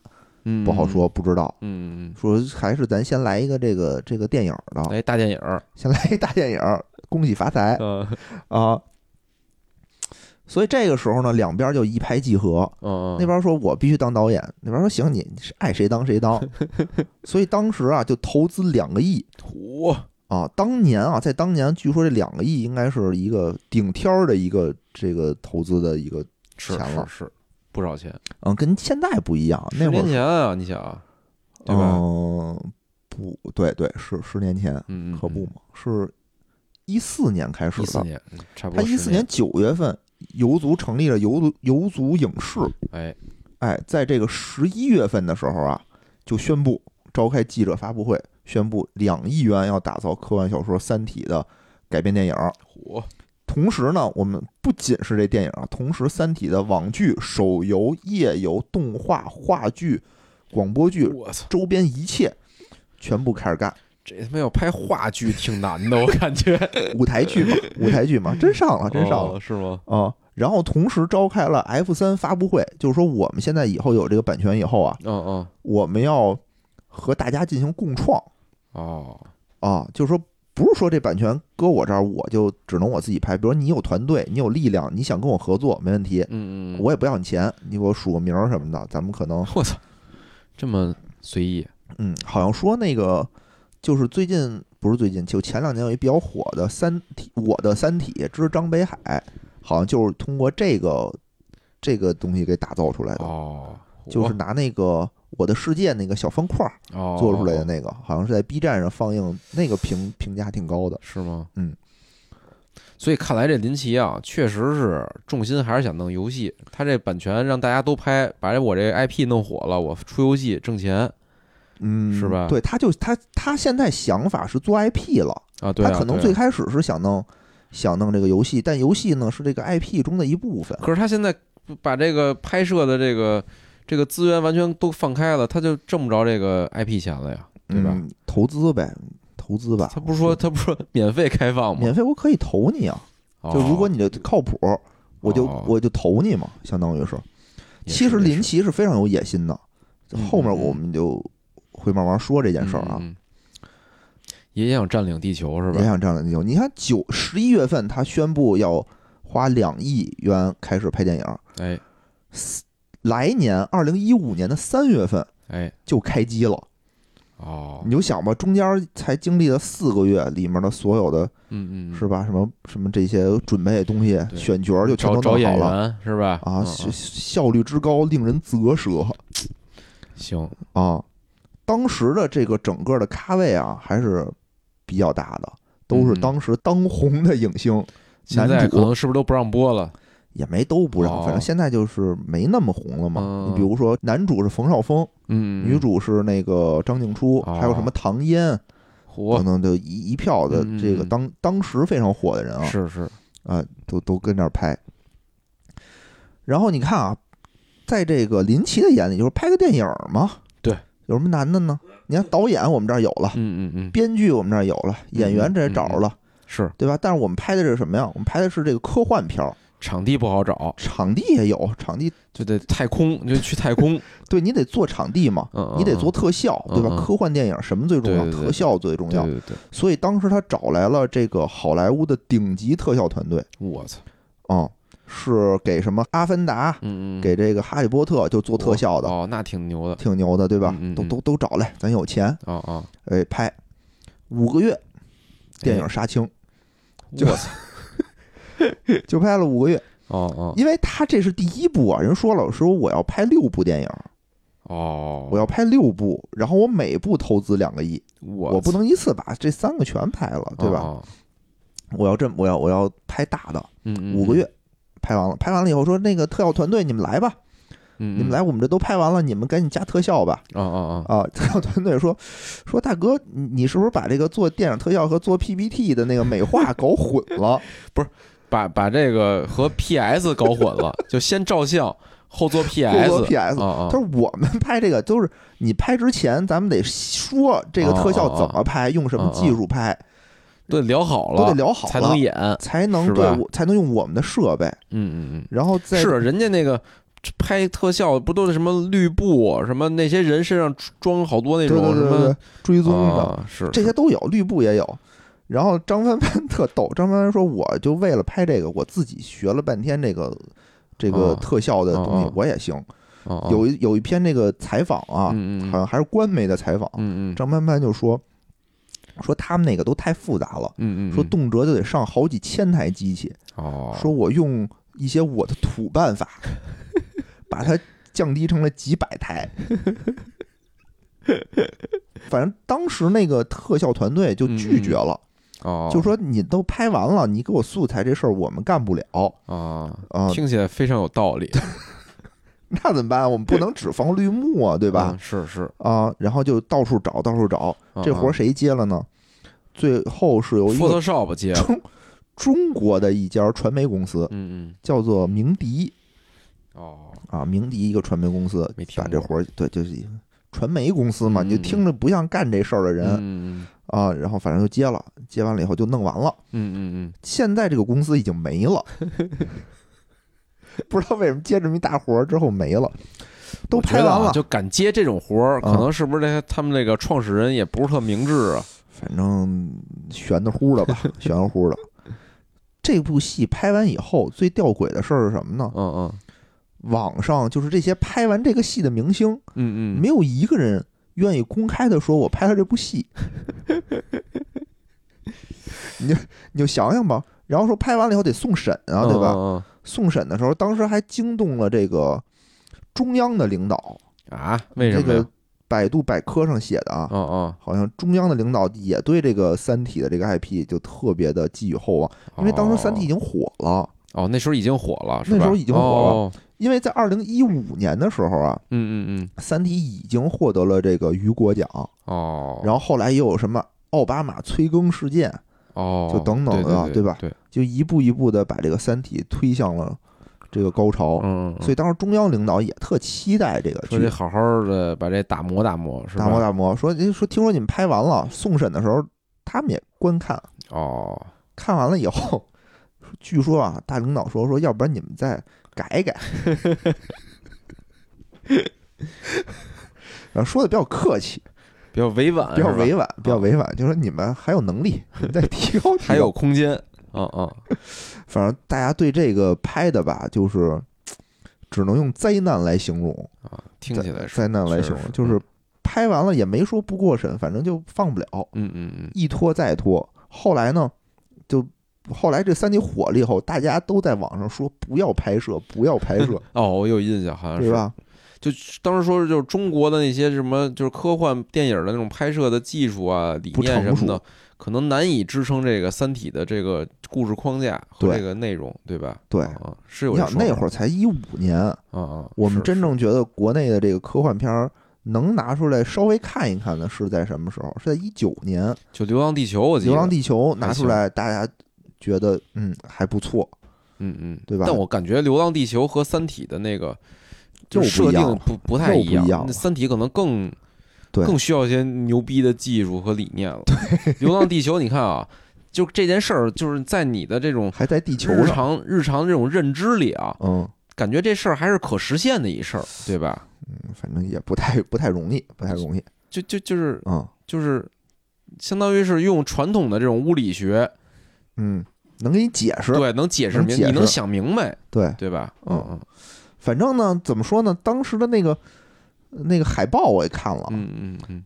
嗯，
不好说，不知道。
嗯。嗯，
说还是咱先来一个这个这个电影儿
嗯
的，
来大电影儿，
先来一大电影儿，恭喜发财。
嗯
啊。所以这个时候呢，两边就一拍即合。
嗯，
那边说我必须当导演，那边说行，你你是爱谁当谁 当。所以当时啊，就投资两个亿
土，
啊。当年啊，在当年，据说这两个亿应该是一个顶天儿的一个这个投资的一个，
是
钱了
是是，不少钱。
嗯，跟现在不一样。那
十
会
年
儿，
前啊，你想，对吧？
嗯，不对，对，是十年前，
嗯，
可不嘛，是一四年开始
一四
的。
年，嗯差不
他
多。
一四年，九月份，游族成立了游族游族影视。
哎，
哎，在这个十一月份的时候啊，就宣布召开记者发布会，宣布两亿元要打造科幻小说《三体》的改编电影。
土，
同时呢，我们不仅是这电影啊，同时《三体》的网剧、手游、页游、动画、话剧、广播剧、
我操，
周边一切全部开始干。
这他妈要拍话剧挺难的，我 感觉。
舞台剧嘛，舞台剧嘛，真上了，真上了
哦，是吗？
啊！然后同时召开了 F 三发布会，就是说我们现在以后有这个版权以后啊，
嗯嗯，
我们要和大家进行共创
哦，
啊，就是说不是说这版权搁我这儿我就只能我自己拍，比如你有团队，你有力量，你想跟我合作没问题，
嗯嗯，
我也不要你钱，你给我署个名儿什么的，咱们可能
我操，这么随意
嗯，好像说那个就是最近不是最近，就前两年有一比较火的《三体》，我的《三体之张北海》，好像就是通过这个这个东西给打造出来的，
哦，
就是拿那个。我的世界那个小方块儿
哦
做出来的那个，好像是在 B 站上放映，那个评评价挺高的。
哦是吗？
嗯，
所以看来这林奇啊，确实是重心还是想弄游戏。他这版权让大家都拍，把我这 IP 弄火了，我出游戏挣钱
嗯，
是吧
对，他就他他现在想法是做 IP 了，
啊。对啊，
他可能
对啊
最开始是想弄想弄这个游戏，但游戏呢是这个 IP 中的一部分。
可是他现在把这个拍摄的这个这个资源完全都放开了，他就挣不着这个 IP 钱了呀，对吧？
嗯，投资呗，投资吧。
他不是说他不是说免费开放吗？
免费我可以投你啊，就如果你这靠谱，我就
哦
我就投你嘛，相当于是。
也是
其实林
也是
奇是非常有野心的，
嗯
后面
嗯嗯
我们就会慢慢说这件事儿啊。
嗯嗯嗯也想占领地球是
也
吧？
想这样的地方。你看九十一月份，他宣布要花两亿元开始拍电影，
哎
来年二零一五年的三月份
哎
就开机了。
啊、哦
你，就想吧，中间才经历了四个月，里面的所有的
嗯嗯，嗯
是吧？什么什么这些准备的东西，
对
选角儿就全
找
都
找
弄
演
好了
员是吧？
啊，
嗯
效
嗯
效率之高令人啧舌
行，
啊！当时的这个整个的咖位啊，还是比较大的，都
嗯
是
嗯
当时当红的影星，
现在
男
可
主
能是不是都不让播了？
也没都不让，
哦
反正现在就是没那么红了嘛。
嗯
你比如说，男主是冯绍峰，
嗯，嗯
女主是那个张静初，
哦
还有什么唐嫣
火
等等，就一一票的
嗯嗯
这个
嗯
当当时非常火的人啊，
是是，
啊，都都跟那儿拍。然后你看啊，在这个林奇的眼里，就是拍个电影嘛，
对，
有什么难的呢？你看导演我们这儿有了，
嗯嗯嗯，
编剧我们这儿有了，演员这也找着了，
是
对吧？但是我们拍的是什么呀？我们拍的是这个科幻片儿，
场地不好找，
场地也有，场地
就得太空，就去太空，
对你得做场地嘛，
嗯，嗯
你得
嗯
做特效，对吧
嗯？嗯
科幻电影什么最重要？
对对对
特效最重
对
要。
对对，
所以当时他找来了这个好莱坞的顶级特效团队，
我操，
啊，是给什么《阿凡达》
嗯嗯，
给这个《哈利波特》就做特效的，
哦，那挺牛的，
挺牛的，对吧
嗯嗯？
都
嗯
都都找来，咱有钱，
哦哦，
哎，拍五个月，电影
哎
杀青，就
我操，
就拍了五个月，
哦哦
因为他这是第一部啊，人说了，说我要拍六部电影，
哦，
我要拍六部，然后我每部投资两个亿，
我
我不
操
能一次把这三个全拍了，对吧？
哦哦
我要这么，我要我要拍大的，
嗯嗯，
五个月拍完了，拍完了以后说那个特效团队你们来吧，
嗯，嗯，
你们来，我们这都拍完了，你们赶紧加特效吧。
哦，哦哦
啊，特效团队说说大哥，你你是不是把这个做电影特效和做 PPT 的那个美化搞混了？
哦，把把这个和 PS 搞混了，就先照相，后做 PS，
做 PS
哦
他
哦，
说我们拍这个都是你拍之前，咱们得说这
哦
个特效怎么拍，用什么技术拍，
对，聊嗯好了，
都得聊好
才能
了，
演，
才能
是
对
吧
我才能用我们的设备，
嗯嗯嗯。
然后再
是人家那个拍特效不都是什么绿布，什么那些人身上装好多那
对对
种
对
什
对
么
对追踪的，
啊，是
这些都有，绿布也有。然后张帆帆特逗，张帆帆说：“我就为了拍这个，我自己学了半天这个这个
哦
特效的东
哦
西
哦，
我也行。
哦哦
有一有一篇这个采访啊，
嗯嗯
好像还是官媒的采访，
嗯嗯
张帆帆就说说他们那个都太复杂了，
嗯嗯
说动辄就得上好几千台机器，
哦
说我用一些我的土办法把它降低成了几百台。反正当时那个特效团队就拒绝了，
哦
就说你都拍完了，你给我素材这事儿我们干不了
啊，
啊、
听起来非常有道理，
那怎么办？我们不能只放绿幕啊，对
对
吧？？
嗯是是，嗯
啊、然后就到处找，到处找，
啊
这活儿谁接了呢？最后是由一个
Photoshop 接了，
中 中国的一家传媒公司，
嗯嗯
叫做鸣笛
哦，
啊，鸣笛一个传媒公司
没听
把这
过
活儿，对，就是传媒公司嘛，
嗯
你就听着不像干这事儿的人
嗯
啊，然后反正就接了，接完了以后就弄完了。
嗯嗯嗯
现在这个公司已经没 了，不知道为什么接这么一大活儿之后没了，都拍完了，
啊就敢接这种活儿，可能是不是这他们这个创始人也不是特明智啊？
反正悬的乎 的吧，悬的乎的。这部戏拍完以后，最吊诡的事儿是什么呢？
嗯嗯
网上就是这些拍完这个戏的明星，
嗯嗯，
没有一个人愿意公开的说我拍了这部 戏。你就你就想想吧，然后说拍完了以后得送审啊，对吧？
吧？
送审的时候，当时还惊动了这个中央的领导，
啊，为
这
什么呀
个？百度百科上写的啊，
哦哦，
好像中央的领导也对这个《三体》的这个 IP 就特别的寄予厚望，因为当时《三体》已经火了。
哦，那时候已经火了，是吧
那时候已经火了
哦、
因为在二零一五年的时候啊，
嗯嗯嗯，
《三体》已经获得了这个雨果奖，
哦，
然后后来也有什么奥巴马催更事件，
哦，
就等等啊
对
对吧
对，
就一步一步的把这个《三体》推向了这个高潮。
嗯，嗯
所以当时中央领导也特期待这个
说得
剧。
好好的把这打磨打磨，是吧？
大魔大魔说：“诶说听说你们拍完了，送审的时候他们也观看，
哦，
看完了以后， 据说啊，大领导说说，要不然你们再改改。然呃后说的比较客气，
比较委婉，
比较
啊是吧
委婉，比较委婉，就说你们还有能力，你们再提高提高。
还有，空间，嗯嗯，
反正大家对这个拍的吧，就是只能用灾难来形容，
啊，听起来是
灾难来
确
形
实
容，
是嗯
就是拍完了也没说不过审，反正就放不了，
嗯嗯嗯，
一拖再拖。后来呢，就后来这三级火了以后，大家都在网上说不要拍摄，不要拍 摄，
哦，我有印象，好像
对
是
吧？
就当时说是就是中国的那些什么就是科幻电影的那种拍摄的技术啊、理
不
念什
成
么
熟
的，可能难以支撑这个《三体》的这个故事框架和
对
这个内容，对吧？
对
啊，是有
你
这
想
说法
那会儿才一五年，
啊啊，
我
是
们真正觉得国内的这个科幻片儿能拿出来稍微看一看的是在什么时候？是在一九年，《
就《流浪地球》，我记得
流浪地球》拿
还
出来，大家觉得嗯还不错，
嗯嗯，
对吧
但我感觉《流浪地球》和《三体》的那个就
又
是设
不一样
定不不太
又
一
不
样，
一样
那
了
《三体》可能更
对
更需要一些牛逼的技术和理念了。《流浪地球》，你看啊，就这件事儿，就是在你的这种
还在地球
日
上，
常日常这种认知里啊，
嗯，
感觉这事儿还是可实现的一事儿，对吧？
反正也不太不太容易，不太容易，
就就就是
嗯
就是，相当于是用传统的这种物理学，
嗯，能给你解释，
对，能解释
能
明，
解
你能
释
想明白，
对，
对吧？
嗯
嗯
反正呢，怎么说呢？当时的那个那个海报我也看了，
嗯嗯嗯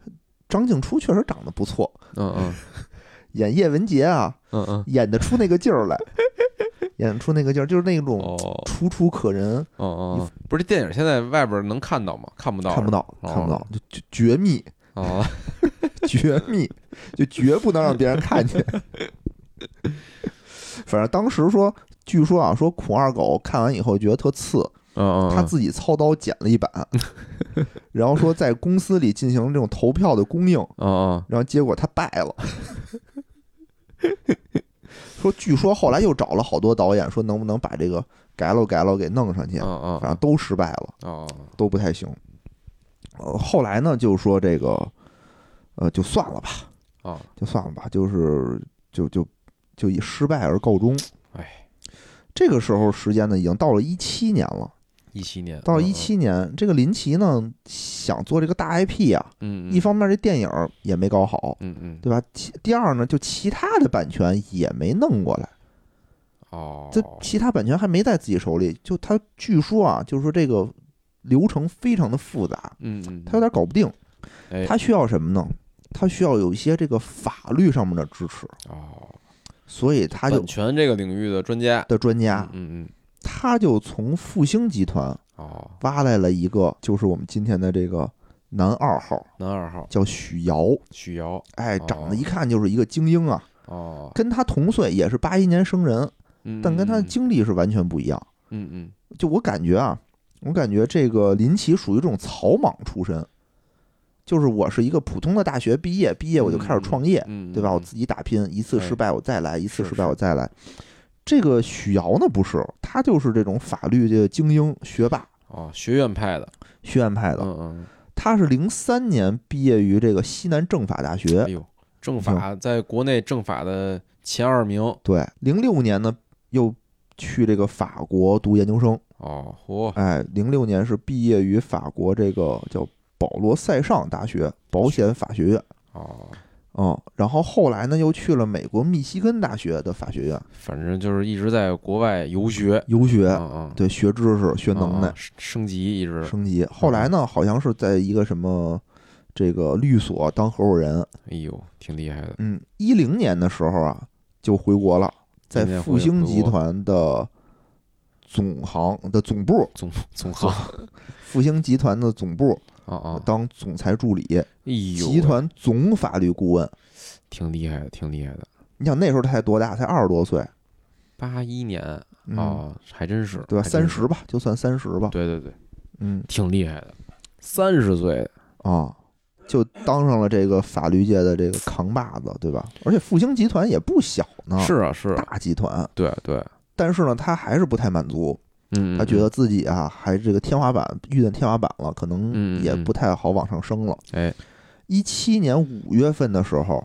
张静初确实长得不错，
嗯嗯
演叶文洁啊，
嗯嗯，
演得出那个劲儿来， 演得出那个劲儿，就是那种
哦。
楚楚可人，
哦哦，不是，这电影现在外边能看到吗？看不到，
看不
到。
到，看不到，就就绝密，
哦，
绝密，就绝不能让别人看 见。反正当时说，据说啊，说孔二狗看完以后觉得特次，
嗯嗯，
他自己操刀剪了一 版，然后说在公司里进行这种投票的供应，
嗯，哦
然后结果他败了。 说，据说后来又找了好多导演，说能不能把这个改了改了给弄上去
嗯，嗯
反正都失败了，
嗯，哦，
都不太行。呃，后来呢，就说这个，呃，就算了吧，
哦，
就算了吧，就是就就就以失败而告终。
哎，
这个时候时间呢，已经到了一七年了。
一七年嗯
到一，七年，这个林奇呢想做这个大 IP 啊，
嗯，
一，方面这电影也没搞好，
嗯嗯，
对吧？其第二呢，就其他的版权也没弄过来，
哦，
这其他版权还没在自己手里。就他据说啊，就是说这个流程非常的复杂，
嗯嗯，
他有点搞不定。
哎
他需要什么呢？他需要有一些这个法律上面的支持，
哦，
所以他就
版权这个领域的专家，
的专家
嗯，嗯嗯，
他就从复兴集团
哦，
挖来了一个，就是我们今天的这个男二号，
男二号
叫许瑶。
许瑶，
哎，长
哦
得一看就是一个精英啊，
哦，
跟他同岁，也是八一年生人，
嗯
但跟他的
嗯嗯
经历是完全不一样。
嗯嗯，
就我感觉啊，我感觉这个林奇属于这种草莽出身，就是我是一个普通的大学毕业，毕业我就开始创业，
嗯，嗯
对吧？
嗯
我自己打拼，一次失败我再来，一次
是
失败
是
我再来。这个许瑶呢不是，他就是这种法律的精英学霸，
哦，学院派的，
学院派的。
嗯嗯，
他是零三年毕业于这个西南政法大学
哎，呦，政法在国内政法的前二名，
对，零六年呢又去这个法国读研究生，
哦，嚯，
哎，零六年是毕业于法国这个叫保罗塞尚大学保险法学院，
哦。
嗯，然后后来呢又去了美国密西根大学的法学院
反正就是一直在国外游学，
游学，
嗯嗯，
对，学知识、学能
啊
耐、
升升级一直，
升级。后来呢，好像是在一个什么这个律所当合伙人，
哎呦，挺厉害的，
嗯，一零年的时候啊就回国了，在
今年回
复兴集
回国
团的总行的总部
总总行
复兴集团的总部
啊啊，
当总裁助理，
哎呦，
集团总法律顾问。
挺厉害的，挺厉害的，
你想那时候他才多大？才二十多岁，
八一年
嗯，
啊，还真是，
对吧？
还
三
真是
十，吧，就算三十吧。
对对对，
嗯
挺厉害的，三十岁，
啊，就当上了这个法律界的这个扛把子，对吧？而且复兴集团也不小呢，
是啊是啊，
大集团。
对对，
但是呢，他还是不太满足，
嗯，嗯
他觉得，自己啊，还这个天花板遇见天花板了，可
嗯嗯
能
嗯
也不太好往上升了。
哎，
一七年五月份的时候，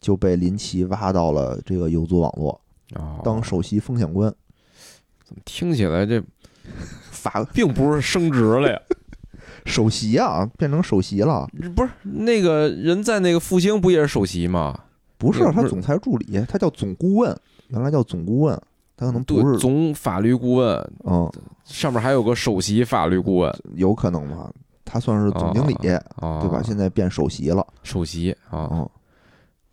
就被林奇挖到了这个游族网络，
哦，
当首席风险官，
听起来 这
法
并不是升职 了呀，
首席啊，变成首席了，
不是那个人在那个复兴不也是首席吗？
不是
也不
他
是
总裁助理，他叫总顾问，原来叫总顾问，他可能
对
不，是，
总法律顾问
嗯，
上面还有个首席法律顾问，
有可能吧，他算是总经理，
啊，
对吧？现在变首席了，
首席啊，
嗯，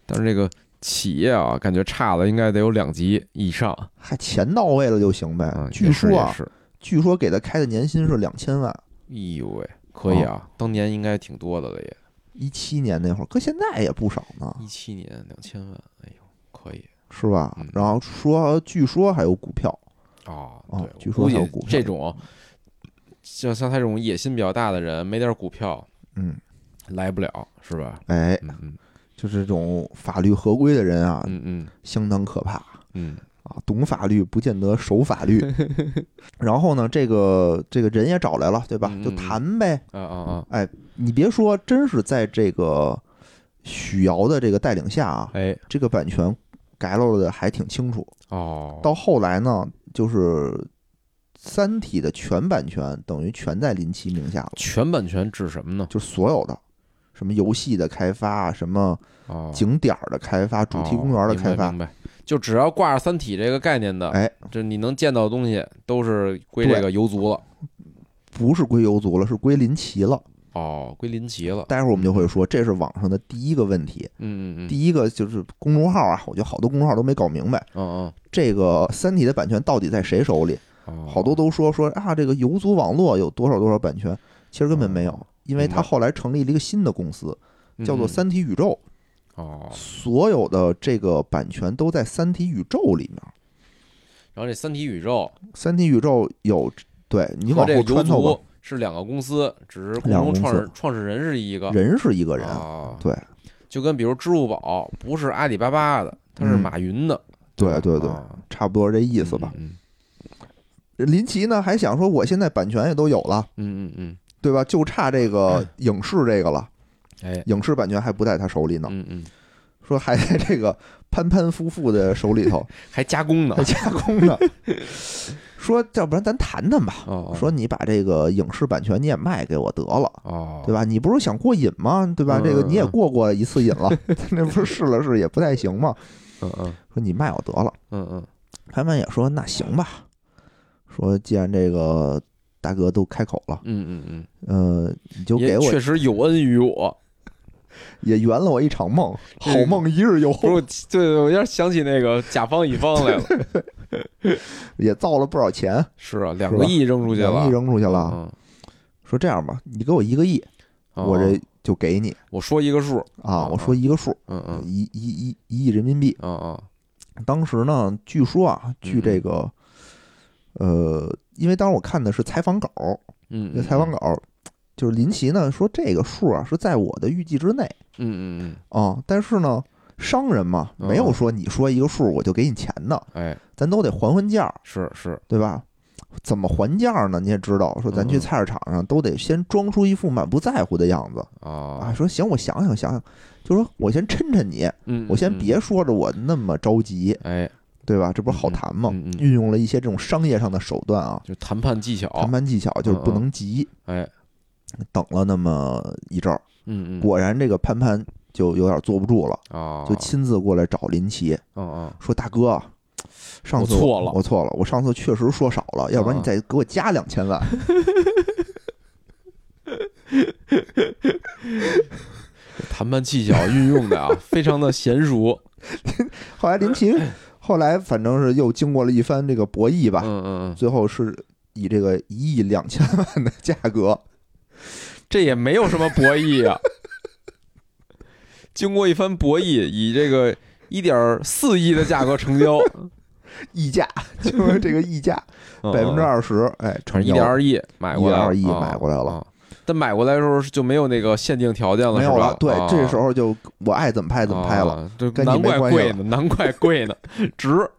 但是这个企业啊，感觉差了应该得有两级以上
还钱到位了就行
啊
呗。。
也
据
是
说
也
啊，
是，
据说给他开的年薪是两千万，
哎呦喂，可以
哦
啊，当年应该挺多的了也，
一七年那会儿，搁现在也不少呢，
一七年两千万，哎呦，可以
是吧
嗯？
然后说，据说还有股票，
啊，
哦
对，
据
我
说
估
还有
计
股票
这种像像他这种野心比较大的人，没点股票
嗯，
来不了，是吧？
哎，
嗯嗯
就是这种法律合规的人啊，
嗯嗯
相当可怕。
嗯，
啊，懂法律不见得守法 律。然后呢，这个这个人也找来了，对吧
嗯？
就
嗯嗯
谈呗。
啊啊啊，
你别说，真是在这个许瑶的这个带领下啊，
哎
这个版权改漏的还挺清楚。
哦，
到后来呢，就是《三体》的全版权等于全在林奇名下了，
全版权指什么呢？
就是所有的。什么游戏的开发，啊什么
哦，
景点儿的开发，主题公园的开
哦
发
明，白明白就只要挂着《三体》这个概念的，
哎，
这你能见到的东西都是归这个游族了，
不是归游族了，是归林奇了。
哦，归林奇了，
待会儿我们就会说，这是网上的第一个问题。
嗯嗯嗯，
第一个就是公众号啊，我觉得好多公众号都没搞明白
嗯
这个《三体》的版权到底在谁手里。
嗯，哦
好多都说说啊，这个游族网络有多少多少版权，其实根本没有，因为
哦明白
他后来成立了一个新的公司，叫做《
嗯
三体宇宙
嗯哦》，，
所有的这个版权都在《三体宇宙》里面。
然后这《三体》宇宙
《三体宇宙》有对你
和
往
这个
后
游
穿透吧
族，是两个公司，只是共
两个
同
公司
创始创始人是一个
人是一个人，
哦
对
就跟比如支付宝不是阿里巴巴的，它是
嗯
马云的，
对对
吧
对，
哦
差不多这意思吧。
嗯
林奇呢还想说，我现在版权也都有了，
嗯嗯
对吧？就差这个影视这个了。
嗯，哎，
影视版权还不在他手里呢，
嗯嗯，
说还在这个潘潘夫妇的手里 头
还加工呢
还，加工 呢。说要不然咱谈谈吧，
哦，哦
说你把这个影视版权你也卖给我得了，
哦，
对吧？你不是想过瘾吗？对吧？
嗯
这个你也
嗯嗯
过过一次瘾了， 那不是试了试也不太行吗？
嗯嗯
说你卖我得了。
嗯嗯，
潘潘也说那行吧，说既然这个大哥都开口了，
嗯嗯嗯，
呃，你就给
也
我哦
确实有恩于我。
也圆了我一场梦，好
这个
梦一日游，
不是，我对，我有点想起那个甲方乙方来了。
也造了不少钱，
是啊，两个亿扔出去了，
两亿扔出去
出
了。说这样吧，你给我一个亿，
嗯，
我
哦
这就给你
我说一个数，
啊。
嗯
我说一个数，
嗯嗯
一一一一亿人民币。
嗯嗯，
当时呢，据说啊，据
嗯
这个，呃，因为当时我看的是采访稿，
嗯，
那采访稿就是林奇呢说这个数啊是在我的预计之内
嗯，嗯嗯
啊，但是呢。商人嘛，
嗯
没有说你说一个数我就给你钱的，
嗯，哎，
咱都得还还价儿，
是是，
对吧？怎么还价儿呢？你也知道，说咱去
嗯
菜市场上都得先装出一副满不在乎的样子，啊，
啊，
说行，我想想想想，就说我先抻抻你，
嗯，
我先
嗯，
别说着我那么着急，
嗯哎，
对吧？这不是好谈吗？
嗯嗯嗯
运用了一些这种商业上的手段啊，
就谈判技巧，
谈判技巧就是不能急。
哎，
等了那么一阵儿，
嗯嗯，
果然这个潘潘就有点坐不住了，
啊，
就亲自过来找林奇，
嗯嗯，
说：“大哥，上次
我错了
我错了，我上次确实说少了，要不然
啊
你再给我加两千万。
谈判技巧运用的啊，非常的娴熟，
后来林奇，后来反正是又经过了一番这个博弈 吧，
嗯嗯嗯，
最后是以这个一亿两千万的价格，
这也没有什么博弈啊。经过一番博弈，以这个一点四亿的价格成交，
溢价，就是这个溢价
哦
百分之二十，哎，成
嗯一
交
点二亿买过来
1.2
了，
亿
啊
买过来了
啊但买过来的时候就没有那个限定条件了，
没有
是
了
吧。
对，
啊
这时候就我爱怎么拍怎么拍了。
啊这
跟你
难
没
怪
关系
贵
了
呢，难怪贵呢，值。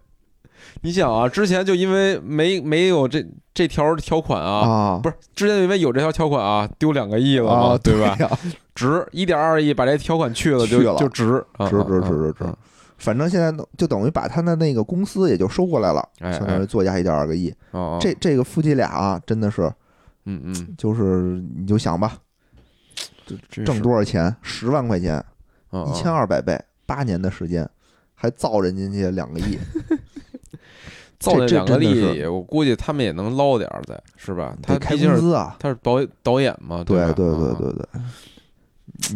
你想啊，之前就因为没没有这这条条款啊，
啊
不是之前因为有这条条款啊，丢两个亿了嘛，
啊，
对吧？
呀？
值一点二亿，把这条款去了就
去了
就值，啊
值值值
啊
值值
啊
反正现在就等于把他的那个公司也就收过来了，
哎
相当
哎
于作价一点二个亿。
哦哦
这这个夫妻俩啊，真的是
嗯嗯，
就是你就想吧，
这
挣多少钱？十万块钱，
啊
一千
二，
二百倍，八年的时间，还造人家去两个亿，
造那
这
两个
真的是
利益，我估计他们也能捞点儿在，是吧？他
得开
毕竟
工
是
资啊。
他是导导演嘛，
对
吧？
对对
啊，
对对，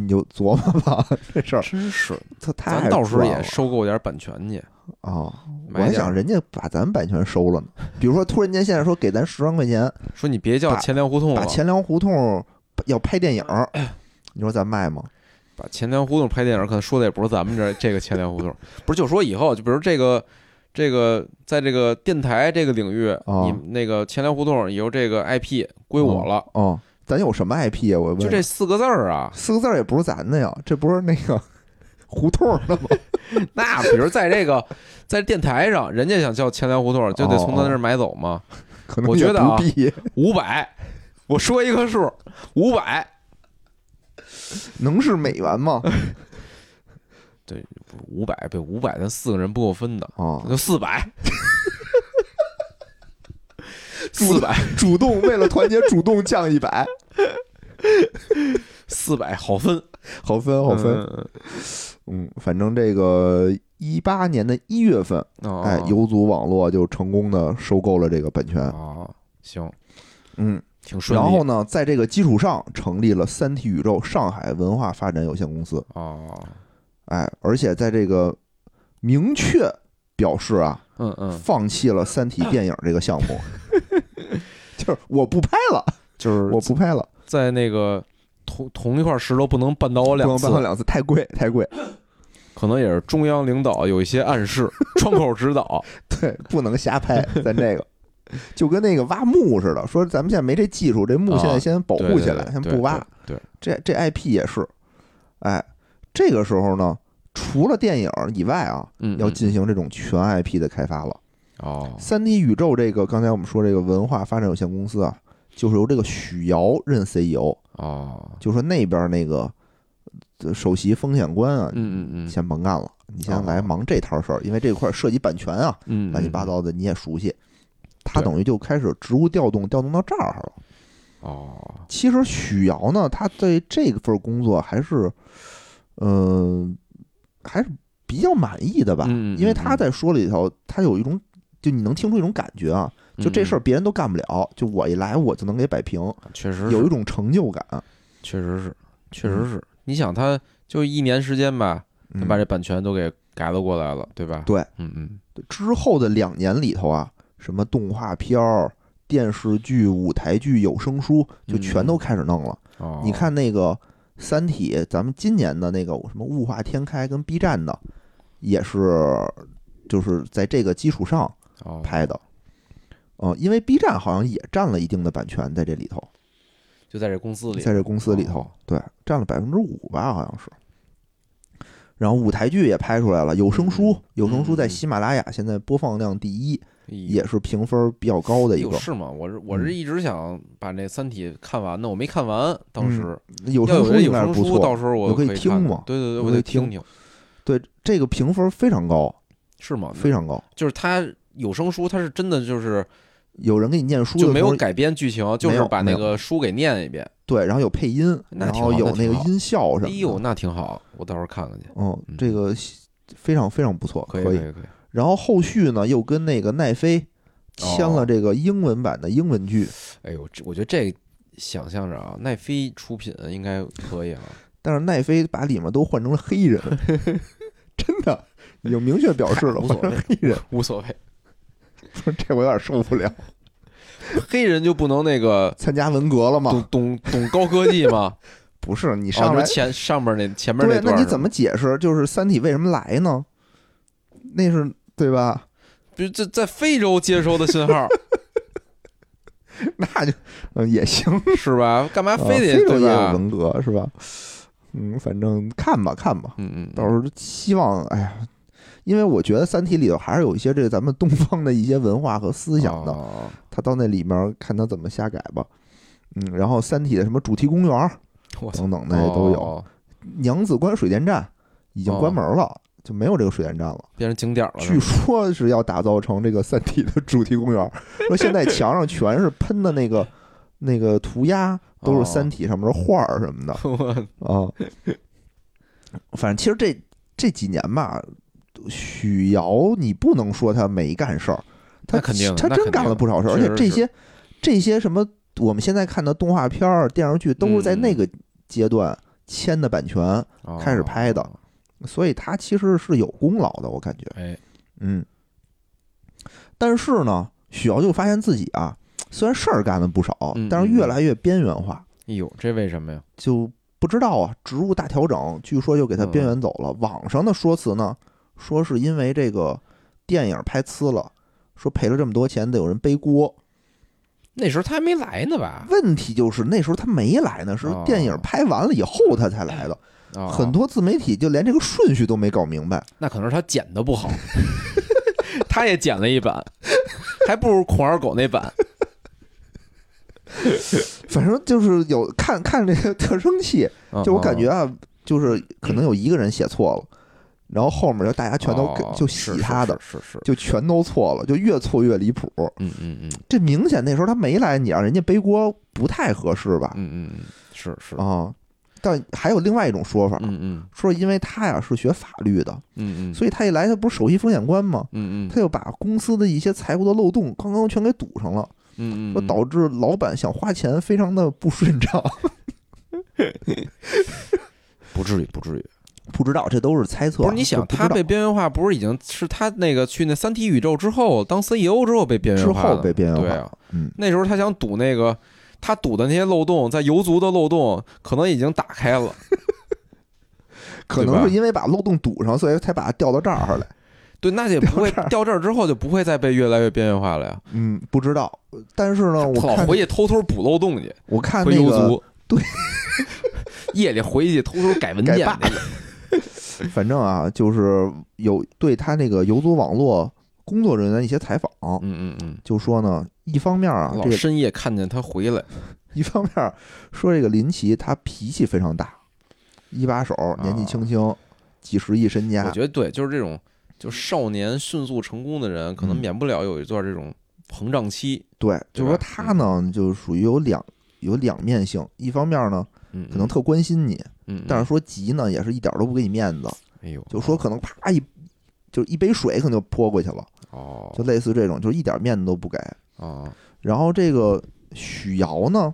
你就琢磨吧， 这事儿
真是，
他太
咱到时候
赚
也
了
收购点版权去，
啊！我
买
还
点
想人家把咱版权收了呢，比如说突然间现在说给咱十万块钱，
说你别叫
把
钱粮胡同
把
了，
钱粮胡同要拍电影 儿，你说咱卖吗？
把钱粮胡同拍电影，可能说的也不是咱们这这个钱粮胡同，不是就说以后，就比如这个这个在这个电台这个领域，
哦
你那个钱粮胡同以后这个 IP 归我了，
哦，咱有什么 IP 啊？我问
就这四个字
。
儿啊
四个字儿也不是咱的呀，这不是那个胡同儿 的吗？
那比如在这个在电台上，人家想叫钱粮胡同，就
哦
得从咱这儿买走嘛，
可能
我
也
觉得
不
啊
必
五百。我说一个数，五百，
能是美元吗？
五百被五百，咱四个人不够分的，
啊
那，就 四百，四百，
主动为了团结，主动降一 百，
四百好分，
好分好分。
嗯，嗯
嗯，反正这个一八年的一月份，
嗯哦、
哎，游族网络就成功的收购了这个版权。
哦，行，
嗯，
挺顺
然
利。
后呢，在这个基础上成立了三体宇宙上海文化发展有限公司。
哦，
哎，而且在这个明确表示啊，
嗯嗯，
放弃了三体电影这个项 目，就是我不拍了，
就是
我不拍了，
在那个同同一块石头不能绊倒我
不能
两
办了
次，
两次，太贵太贵，
可能也是中央领导有一些 暗示，窗口指导。
对，不能瞎拍，咱这个。就跟那个挖墓似的，说咱们现在没这技术，这墓
啊
现在先保
对
护
对
起
对
来，先
对
不挖。
对，对
这这 IP 也是，哎，这个时候呢，除了电影以外啊，
嗯，
要
嗯
进行这种全 IP 的开发了。
哦，
三体宇宙这个，刚才我们说这个文化发展有限公司啊，就是由这个许瑶任 CEO，
哦，
就说那边那个呃首席风险官啊，
嗯嗯嗯
先甭干了，你
哦
先来忙这摊事儿，因为这块儿涉及版权啊，
嗯，
乱七八
嗯。
糟的你也熟悉。他
对
等于就开始职务调动，调动到这儿了。
哦，
其实许瑶呢，她对这份工作还是，嗯、还是比较满意的吧，
嗯嗯
因为
嗯
她在说里头，她有一种就你能听出一种感觉啊，就这事儿
儿
别人都干不了，就我一来我就能给摆平，
嗯确实
有
是
一种成就感。
确实是，确实是。你想，他就一年时间吧，他
嗯
把这版权都给改了过来了，对吧？
对，
嗯嗯，
之后的两年里头啊，什么动画片儿、电视剧、舞台剧、有声书，就
嗯
全都开始弄了。
哦，
你看那个《三体》，咱们今年的那个什么《物化天开》跟 B 站的，也是就是在这个基础上
哦，
拍的。呃，因为 B 站好像也占了一定的版权在这里头，
就在这公司里，
在这公司里头
哦，
对，占了百分之五吧，好像是。然后舞台剧也拍出来了，有声书
嗯，
有声书在
嗯
喜马拉雅现在播放量第一，
也
也是评分比较高的一
有
个。
是吗？我是我是
嗯
一直想把那《三体》看完呢，我没看完，当时
嗯有
要
声
有
书
这
应
有
该是
声
不
书，到
错，
时候我
你可以
以看
听嘛
对对对，
你
我
可以
得
听
听，
对这个评分非常高，
哦是吗？
非常高。
就是它有声书，它是真的就是
有人给你念书的
就没有
同时
改编剧情，就
没
是
有
把
没
那
有
个书给念一遍。
对，然后有配音，
那
然
挺
后
好
有
那
那
挺
个
好
音效什
哎呦，
么的。
那挺好，我到时候看看去。
嗯，
嗯
这个非常非常不错，
可以
以。
以可以，
然后后续呢，又跟那个奈飞签了
哦
这个英文版的英文剧，
哎呦，这我觉得这想象着啊，奈飞出品应该 可以啊。
但是奈飞把里面都换成了黑 人，真的已经明确表示了
嗨无
换
所
成
谓
黑人，
无所谓，
说这我有点受不了。
黑人就不能那个
参加文革了吗？
懂懂懂高科技吗？
不是，啊 你
你
上来、
哦前上面那前面
对，
段
那
儿
你
是
怎
吗
么解释？就是《三体》为什么来呢？那是对吧？
比如这在非洲接收的信号
那就嗯也行，
是吧？干嘛
啊
非得
非洲
对
也有
吧？
文革是吧？嗯，反正看吧看吧，
嗯
到
嗯，
时候希望，哎呀，因为我觉得《三体》里头还是有一些这个咱们东方的一些文化和思想的，
哦
他到那里面看他怎么瞎改吧。嗯，然后《三体》的什么主题公园儿
我操，
等等那些都有。
哦，
娘子关水电站已经关
哦
门了，就没有这个水电站了。
变成景点了。
据说是要打造成这个《三体》的主题公 园儿，说现在墙上全是喷的那个那个涂鸦，都是《
哦
三体》上面的画儿什么的
我
啊。反正其实这这几年吧，许瑶你不能说她没干事儿，他
那肯定
他
嗯那
真
肯
干
定
了不少事儿，而且
确实
这
是
些这些什么我们现在看的动画片儿、电视剧，都是在那
嗯
个阶段签的版权，
哦
开始拍的所以他其实是有功劳的，我感觉，
哎，
嗯。但是呢，许瑶就发现自己啊，虽然事儿干了不少
嗯，
但是
嗯
越
嗯
来越边缘化，
哎呦，这为什么呀？
就不知道啊，职务大调整，据说又给他边缘走
嗯
了。网上的说辞呢，说是因为这个电影拍呲了，说赔了这么多钱得有人背锅。
那时候他还没来呢吧？
问题就是那时候他没来呢，是
哦
电影拍完了以后他才来的。
啊，
很多自媒体就连这个顺序都没搞明白。
那可能是他剪的不好， 他也剪了一版，还不如孔二狗那版。
反正就是有看看这个特生气，
嗯
就我感觉啊，就是可能有一个人写错了，然后后面就大家全都跟
哦
就是洗他的，
是是是是，
就全都错了，就越错越离谱。
嗯嗯嗯
这明显那时候他没来，你让人家背锅不太合适吧？
嗯嗯嗯，是是，
啊，但还有另外一种说法，
嗯嗯
说因为他呀是学法律的，
嗯嗯，
所以他一来他不是首席风险官吗？
嗯嗯
他就把公司的一些财务的漏洞刚刚全给堵上了，
嗯嗯，
说导致老板想花钱非常的不顺畅。
不至于不至于，
不知道，这都是猜测啊。
不是你想
就不知
他
道
被边缘化，不是已经是他那个去那三体宇宙之后当 CEO 之后被边
之
缘化的
后
吗，
被边缘化，
对啊，
嗯，
那时候他想堵那个，他堵的那些漏洞，在游族的漏洞可能已经打开 了。
可
对
能
吧
是因为把漏洞堵上，所以才把它调到这儿来。
对，那也不会
掉这儿
掉这儿之后就不会再被越来越边缘化了呀。
嗯，不知道。但是呢，啊我
老
看
回去偷偷补漏洞去，
我看
回
那
游
个，
族。对， 夜里回去偷偷改文件
改反正啊，就是有对他那个游族网络工作人员一些采访，
嗯嗯嗯。
就说呢，一方面啊，
老
这个
深夜看见他回来，
一方面儿说这个林奇他脾气非常大，一把手，年纪轻轻，几十亿身
啊我
家
觉，得对，就是这种，就少年迅速成功的人，可能
嗯
免不了有一段这种膨胀期。
对，就是说
吧嗯
他呢，就属于有两有两面性，一方面呢
嗯，
可能特关心你，
嗯，嗯，
但是
是
说急呢也是一点儿都不给你面子，
哎呦，
就说可能啪一。就是一杯水可能就泼过去了，
哦
就类似这种，就是一点儿面子都不给。
哦，
然后这个许瑶呢，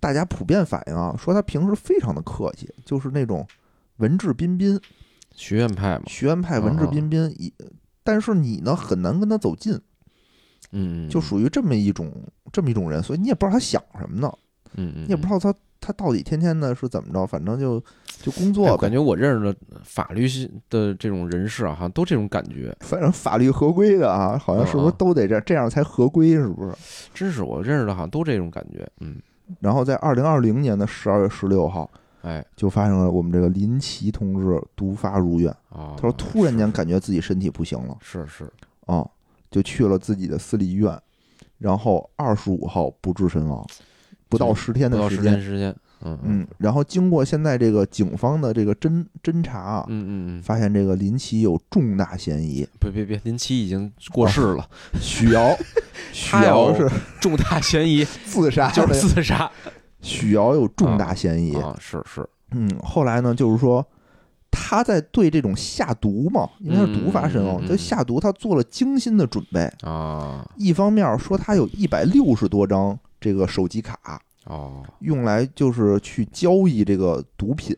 大家普遍反映啊，说她平时非常的客气，就是那种文质彬彬、
学院派嘛，
学院派
啊
文质彬彬。一、但是你呢，很难跟她走近，
嗯，嗯
就属于这么一种这么一种人，所以你也不知道她想什么呢，
嗯嗯，
你也不知道
道
她她到底天天的是怎么着，反正就就工
我
作呗
哎感。觉我认识的法律系的这种人士啊，好像都这种感觉。
反正法律合规的啊，好像是不是
嗯嗯
都得这样这样才合规，是不是？
真是我认识的，好像都这种感觉。嗯，
然后在二零二零年的十二月十六号，
哎，
就发现了我们这个林奇同志毒发入院。
啊，
他说突然间感觉自己身体不行了
是是，
啊、就去了自己的私立医院，然后二十五号不治身亡，不到十天
不
的
到
时
十
间
天。时间，嗯
嗯，然后经过现在这个警方的这个侦侦查啊，
嗯嗯嗯，
发现这个林奇有重大嫌疑，
别别别，林七已经过世
哦
了，
许 瑶，许
他
瑶
有
是
重大 嫌疑
自杀
就是
的，
自杀。
许瑶有重大嫌疑。
啊，是是，
嗯，后来呢，就是说。他在对这种下毒嘛，因为他是毒发身亡
嗯嗯嗯，嗯
他下毒他做了精心的准备，
啊，
一方面说他有一百六十多张这个手机卡，
哦，
用来就是去交易这个毒品、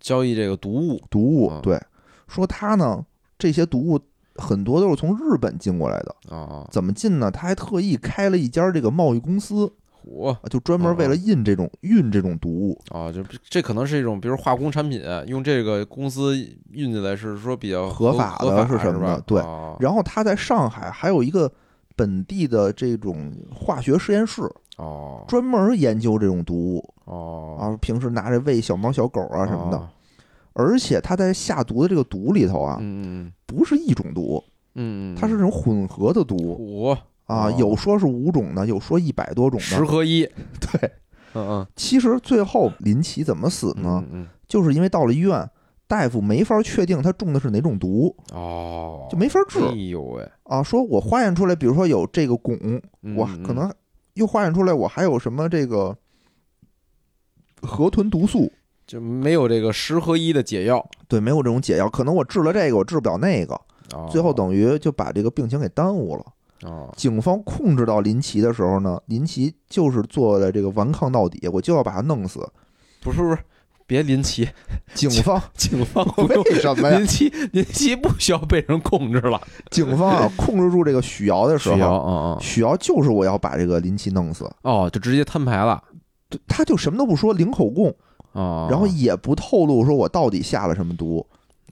交易这个毒物，
毒物
啊。
对，说他呢这些毒物很多都是从日本进过来的，
哦，
怎么进呢？他还特意开了一家这个贸易公司，
火，
啊就专门为了印这种运这种毒物。
哦，就这可能是一种，比如化工产品，用这个公司运进来是说比较合
合法的
合
是
法
什么
吧
的对
哦
然后他在上海还有一个本地的这种化学实验室，
哦
专门研究这种毒物
哦
啊，平时拿着喂小猫小狗啊什么的。
哦
而且他在下毒的这个毒里头啊，
嗯嗯
不是一种毒，
嗯嗯，
它是那种混合的毒
五
啊
哦，
有说是五种的，有说一百多种
十
的。
合一，
对，
嗯嗯
其实最后林奇怎么死
嗯
呢？
嗯嗯
就是因为到了医院，大夫没法确定他中的是哪种毒，
哦，
就没法治
哎呦喂，
啊。说我化验出来，比如说有这个汞，
嗯
我
嗯
可能又化验出来我还有什么这个河豚毒素，
就没有这个十合一的解药，
对，没有这种解药，可能我治了这个，我治不了那个，
哦
最后等于就把这个病情给耽误了。
哦，
警方控制到林奇的时候呢，林奇就是做的这个顽抗到底，我就要把他弄死。
不是不是，别林奇，
警方
警方不用
为什么呀
林？奇 林奇不需要被人控制了。
警方啊，控制住这个许瑶的时
需要
候，
啊啊
许瑶就是我要把这个林奇弄死，
哦，就直接摊牌了
对他就什么都不说，零口供，
哦，
然后也不透露说我到底下了什么毒，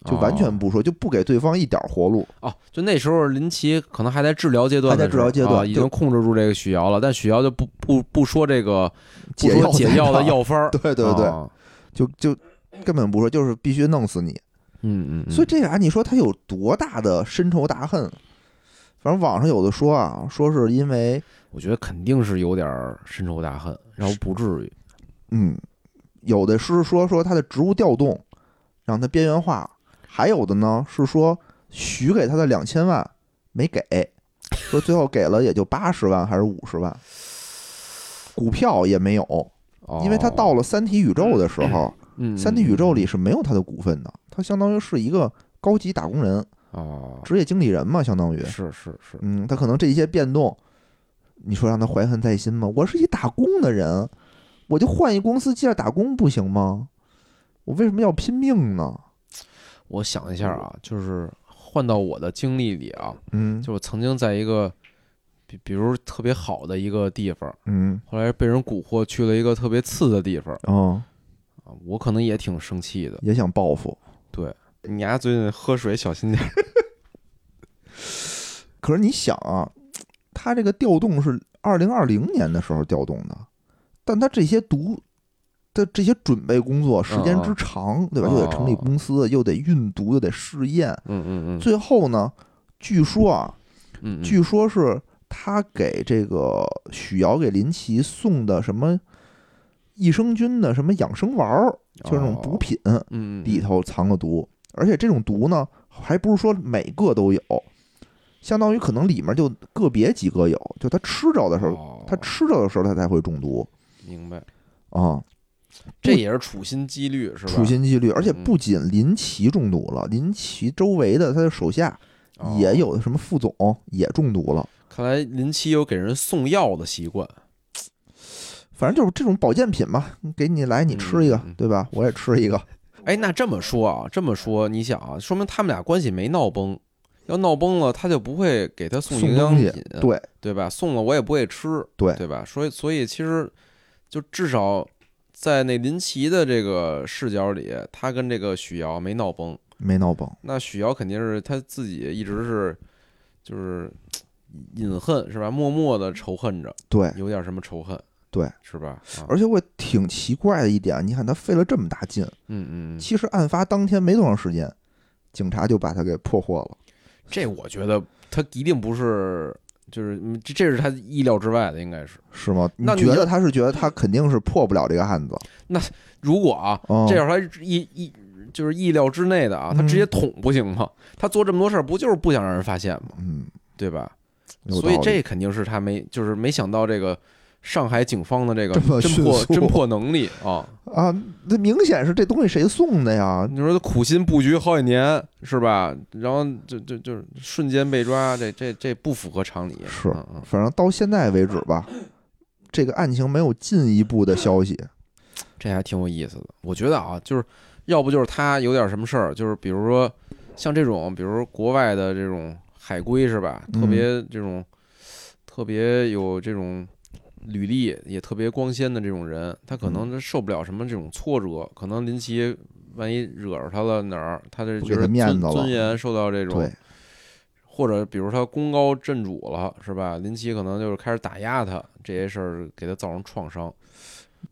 啊
就完全不说，就不给对方一点活路。
哦，就那时候林奇可能还在治疗阶段
还在
的时候，
治疗阶段
啊已
就
经控制住这个许瑶了，但许瑶就不不不说这个不说
药
解药
在
的
哪儿，
药方儿，
对对对，
啊
就就根本不说，就是必须弄死你。
嗯嗯，
所以这个案，你说他有多大的深仇大恨？反正网上有的说啊，说是因为
以我觉得肯定是有点儿深仇大恨，然后不至于，
嗯，有的是说说他的职务调动让他边缘化，还有的呢是说许给他的两千万没给，说最后给了也就八十万还是五十万，股票也没有，
哦
因为他到了三体宇宙的时候，
嗯
三体宇宙里是没有他的股份的，他相当于是一个高级打工人、
哦，
职业经理人嘛，相当于
是是是，
嗯，他可能这一些变动，你说让他怀恨在心吗？我是一打工的人，我就换一公司接着打工不行吗？我为什么要拼命呢？
我想一下啊，就是换到我的经历里啊，
嗯
就我曾经在一个比比如特别好的一个地方，
嗯
后来被人蛊惑去了一个特别次的地方
哦，
啊，我可能也挺生气的。
也想报复，
你丫最近喝水小心点儿。
可是你想啊，他这个调动是二零二零年的时候调动的，但他这些毒的这些准备工作时间之
嗯
长，对吧？
哦
又得成立公司，又得运毒，又得试验，
嗯嗯嗯
最后呢，据说啊，
嗯嗯，
据说是他给这个许瑶给林奇送的什么益生菌的什么养生丸儿，就是那种补品
哦嗯嗯
里头藏了毒，而且这种毒呢，还不是说每个都有，相当于可能里面就个别几个有，就他吃着的时候，
哦
他吃着的时候他才会中毒
明白，
啊，
这也是处心积虑是吧？
处心积虑，而且
嗯
不仅林奇中毒了，林奇周围的他的手下
哦
也，有的什么副总也中毒了。
看来林奇有给人送药的习惯。
反正就是这种保健品嘛，给你来你吃一个
嗯嗯，
对吧？我也吃一个，
哎，那这么说啊，这么说，你想啊，说明他们俩关系没闹崩。要闹崩了，他就不会给他送
送
营养
东西
品，
对
对吧？送了我也不会吃，
对
嗯对吧？所以所以其实就至少在那林奇的这个视角里，他跟这个许瑶没闹崩。
没闹崩。
那许瑶肯定是他自己一直是就是隐恨是吧？默默的仇恨着，
对，
有点什么仇恨，
哎对，
是吧？啊、
而且我挺奇怪的一点，你看他费了这么大劲，
嗯嗯，嗯
其实案发当天没多长时间，警察就把他给破获了。
这我觉得他一定不是，就是嗯这这是他意料之外的，应该是。
是吗？你
那你
觉
就
得他是觉得他肯定是破不了这个案子？
如果啊，
哦，
这要是他意意就是意料之内的啊，他
嗯
直接捅不行吗？他做这么多事儿，不就是不想让人发现吗？
嗯，
对吧？
有
所以
道理
这肯定是他没，就是没想到这个上海警方的这个
这么
侦破
迅速
侦破能力啊！
啊，那明显是这东西谁送的呀？
你说他苦心布局好几年是吧？然后就就就是瞬间被抓，这这这不符合常理。
是
嗯嗯
反正到现在为止吧，这个案情没有进一步的消息。
这还挺有意思的。我觉得啊，就是要不就是他有点什么事儿，就是比如说像这种，比如说国外的这种海归是吧，
嗯
特别这种、特别有这种履历也特别光鲜的这种人，他
嗯
可能受不了什么这种挫折，可能林奇万一惹着他了哪儿，他这
不
觉
给他
得
面
尊
子了
尊严受到这种
对，，
或者比如他功高震主了是吧？林奇可能就是开始打压他，这些事儿给他造成创伤。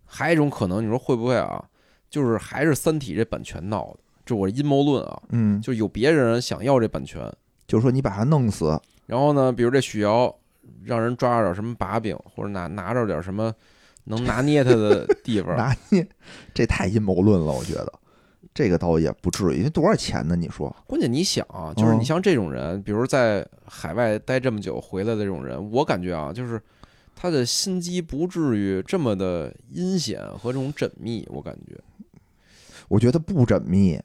还有一种可能，你说会不会啊？就是还是《三体》这版权闹的，这我阴谋论啊，
嗯，
就有别人想要这版权，
就是说你把他弄死，
然后呢，比如这许瑶让人抓着点什么把柄，或者拿拿着点什么能拿捏他的地方，
拿捏，这太阴谋论了，我觉得这个倒也不至于，因为多少钱呢？你说，
关键你想啊，就是
嗯
你像这种人，比如在海外待这么久回来的这种人，我感觉啊，就是他的心机不至于这么的阴险和这种缜密，我感觉。
我觉得不缜密，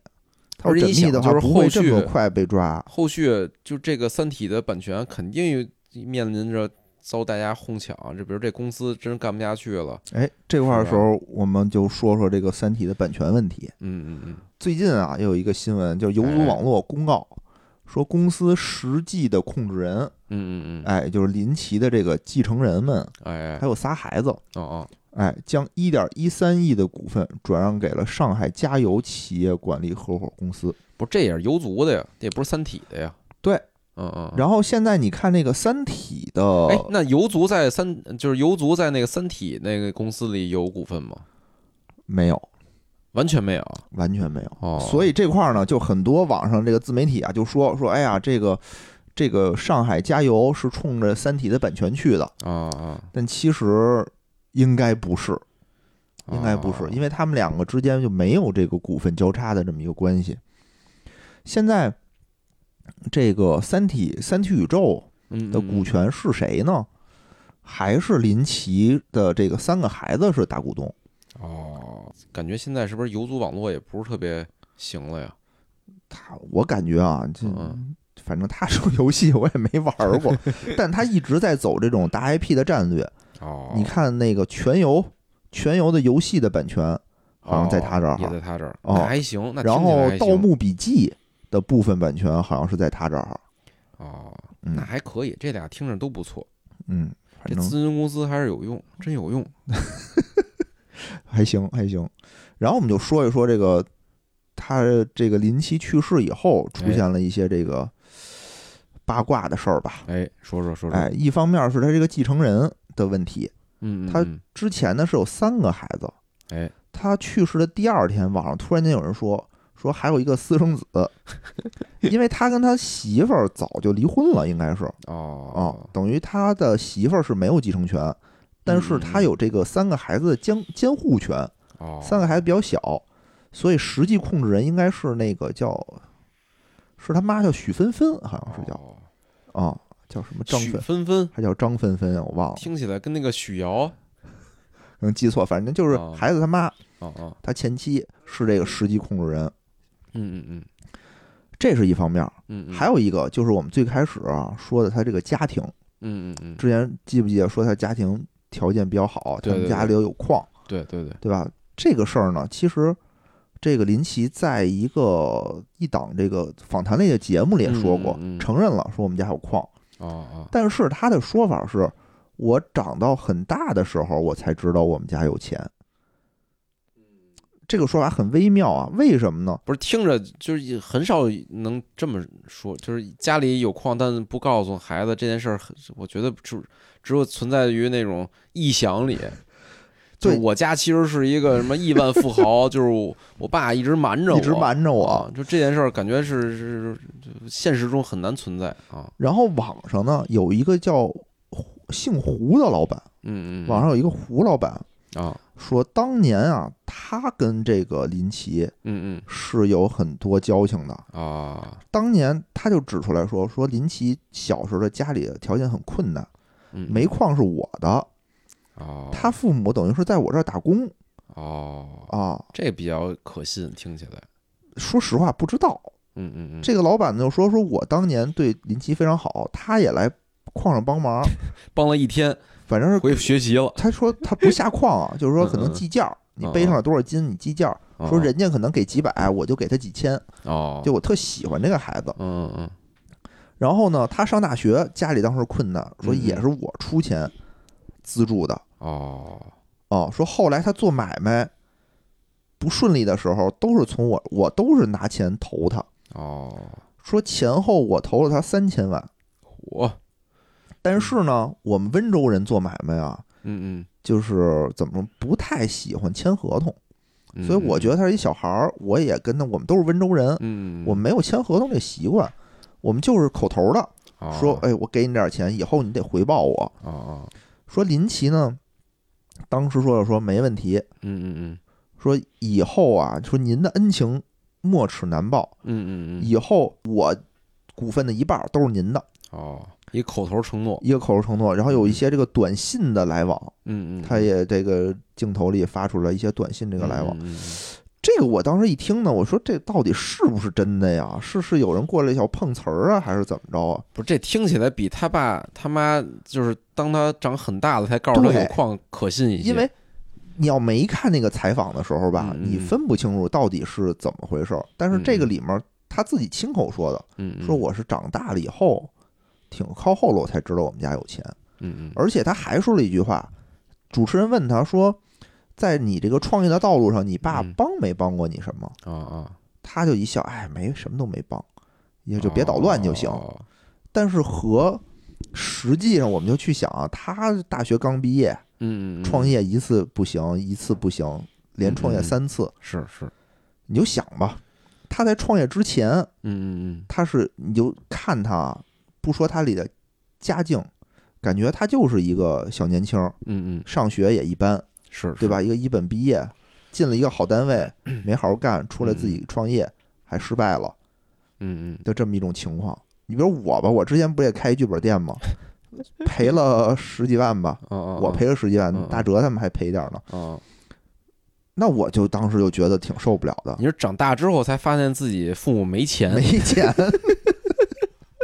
他要
而且你
缜密的
想
话
就是
不会
后
这
续
么快被抓。
后续就这个《三体》的版权肯定面临着遭大家哄抢，啊这比如这公司真干不下去了，
哎，这块儿的
是吧
时候，我们就说说这个《三体》的版权问题。
嗯嗯嗯，
最近啊，又有一个新闻，就是游
哎
族网络公告说，公司实际的控制人，
嗯嗯嗯，
哎，就是林奇的这个继承人们，
哎哎
还有仨孩子，
哦哦，
哎，将一点一三亿的股份转让给了上海加油企业管理合伙公司。
不是，这也是游族的呀，这也不是三体的呀。
对
嗯，嗯嗯。
然后现在你看那个《三体》
哎，
的，
那游族在三就是游族在那个三体那个公司里有股份吗？
没有，
完全没有。
完全没有。
哦，
所以这块儿呢，就很多网上这个自媒体啊，就说说，哎呀，这个这个上海加油是冲着《三体》的版权去的，
啊啊，
但其实应该不是，
啊
应该不是，因
为
为他们两个之间就没有这个股份交叉的这么一个关系。现在这个《三体》《三体宇宙》
嗯
的股权是谁呢？还是林奇的这个三个孩子是大股东？
哦，感觉现在是不是游族网络也不是特别行了呀？
他我感觉啊，这
嗯
反正他说游戏我也没玩儿 过，但他一直在走这种大 IP 的战略。
哦，
你看那个全游，全游的游戏的版权，好像在他这儿
也在他这儿，
哦
那还行。那听
然
起来
后
还
《
行
盗墓笔记》的部分版权好像是在他这儿。
哦，
嗯
那还可以，这俩听着都不错。
嗯，反
这
正
咨询公司还是有用，真有用。
还行还行。然后我们就说一说这个他这个林奇去世以后出
哎
现了一些这个八卦的事儿吧。
哎，说说说说，
哎，一方面是他这个继承人的问题，
嗯，嗯
他
嗯
之前呢是有三个孩子，
哎，
他去世的第二天，网上突然间有人说说还有一个私生 子，因为他跟他媳妇儿早就离婚了，应该是啊
哦，
等于他的媳妇儿是没有继承权，但是他有这个三个孩子的监监护权，
哦，
三个孩子比较小，所以实际控制人应该是那个叫是他妈叫许芬芬，好像是叫
哦
啊叫什么张
许
芬，
纷纷，
还叫张芬芬啊，我忘了，
听起来跟那个许瑶，
可能记错，反正就是
哦
孩子他妈，
哦哦，
他前妻是这个实际控制人，
嗯嗯嗯
这是一方面。
嗯嗯，
还有一个就是我们最开始啊说的他这个家庭，
嗯嗯嗯，
之前记不记得说他家庭条件比较好，他
对对
们家里有矿，
对对对，
对吧？这个事儿呢，其实这个林奇在一个一档这个访谈类的节目里也说过，
嗯嗯嗯
承认了说我们家有矿，
哦哦，
但是他的说法是。我长到很大的时候，我才知道我们家有钱。
嗯
这个说法很微妙啊，为什么呢？
不是听着就是也很少能这么说，就是家里有矿，但不告诉孩子这件事儿很，我觉得只只有存在于那种臆想里。就
对
是我家其实是一个什么亿万富豪， 就是我我爸一直瞒着我，
一直瞒着我，
啊，就这件事儿，感觉是是是现实中很难存在啊。
然后网上呢有一个叫胡姓胡的老板，
嗯嗯，
网上有一个胡老板
上啊，
说，当年啊，他跟这个林奇
嗯
是有很多交情的。
嗯啊，
当年他就指出来说，说林奇小时候的家里的条件很困难，
嗯
煤矿是我的，
哦，
他父母等于是在我这儿打工
哦，
啊。
这比较可信，听起来，
说实话，不知道
嗯嗯嗯，
这个老板呢就说，说我当年对林奇非常好，他也来矿上帮 忙，
帮了一天，
反正是
回去学习了，
他说他不下矿 啊，就是说可能计件儿，
嗯嗯
你背上了多少斤，你计件儿。
啊
说人家可能给几百，我就给他几千。
哦，
就我特喜欢这个孩子。
嗯嗯
然后呢，他上大学，家里当时困难，说
嗯嗯
也是我出钱资助的。
嗯，哦，
哦，说后来他做买卖不顺利的时候，都是从我，我都是拿钱投他。
哦，
说前后我投了他三千万，
我，
但是呢，我们温州人做买卖啊，
嗯
就是怎么说，不太喜欢签合同。
嗯，
所以我觉
得，
得他是一小孩儿，我也跟他，我们都是温州人，
嗯，
我们没有签合同这习惯，我们就是口头的说，
哦，
哎，我给你点儿钱，以后你得回报我。
哦哦，
说林奇呢，当时说了说没问题，
嗯嗯嗯
说以后啊，说您的恩情没齿难报，
嗯嗯嗯，
以后我股份的一半儿都是您的，
哦，一口头承诺，
一个口头承诺。然后有一些这个短信的来往，
嗯嗯，
他也这个镜头里发出了一些短信这
这
个来往，
嗯嗯
这个我当时一听呢，我说这到底是不是真的呀？是是有人过来要碰瓷儿啊，还是怎么着啊？
不是，这听起来比他爸他妈就是当他长很大了才告诉他
对
有矿可信一些。
因为你要没看那个采访的时候吧，
嗯嗯
你分不清楚到底是怎么回事儿。但是这个里面他自己亲口说的，
嗯嗯
说我是长大了以后挺靠后了，我才知道我们家有钱。
嗯嗯
而且他还说了一句话，主持人问他说，在你这个创业的道路上，你爸
嗯
帮没帮过你什么？
啊啊，
他就一笑，哎，没什么都没帮，也就别捣乱就行。
哦
但是和实际上，我们就去想啊，他大学刚毕业，
嗯嗯，嗯
创业一次不行，一次不行，连创业三次，
是是，
你就想吧，他在创业之前，
嗯嗯
他是你就看他啊，不说他里的家境，感觉他就是一个小年轻儿，
嗯嗯嗯，
上学也一般，
是
对？吧？一个一本毕业，进了一个好单位，没好好干，出来自己创业还失败了。
是嗯嗯，
的这么一种情况。你比如我吧，我之前不也开一剧本店吗？赔了十几万吧，
哦哦，
我赔了十几万
嗯嗯，
大哲他们还赔点儿呢。
哦，
那我就当时就觉得挺受不了的，
你是长大之后才发现自己父母没钱，
没钱，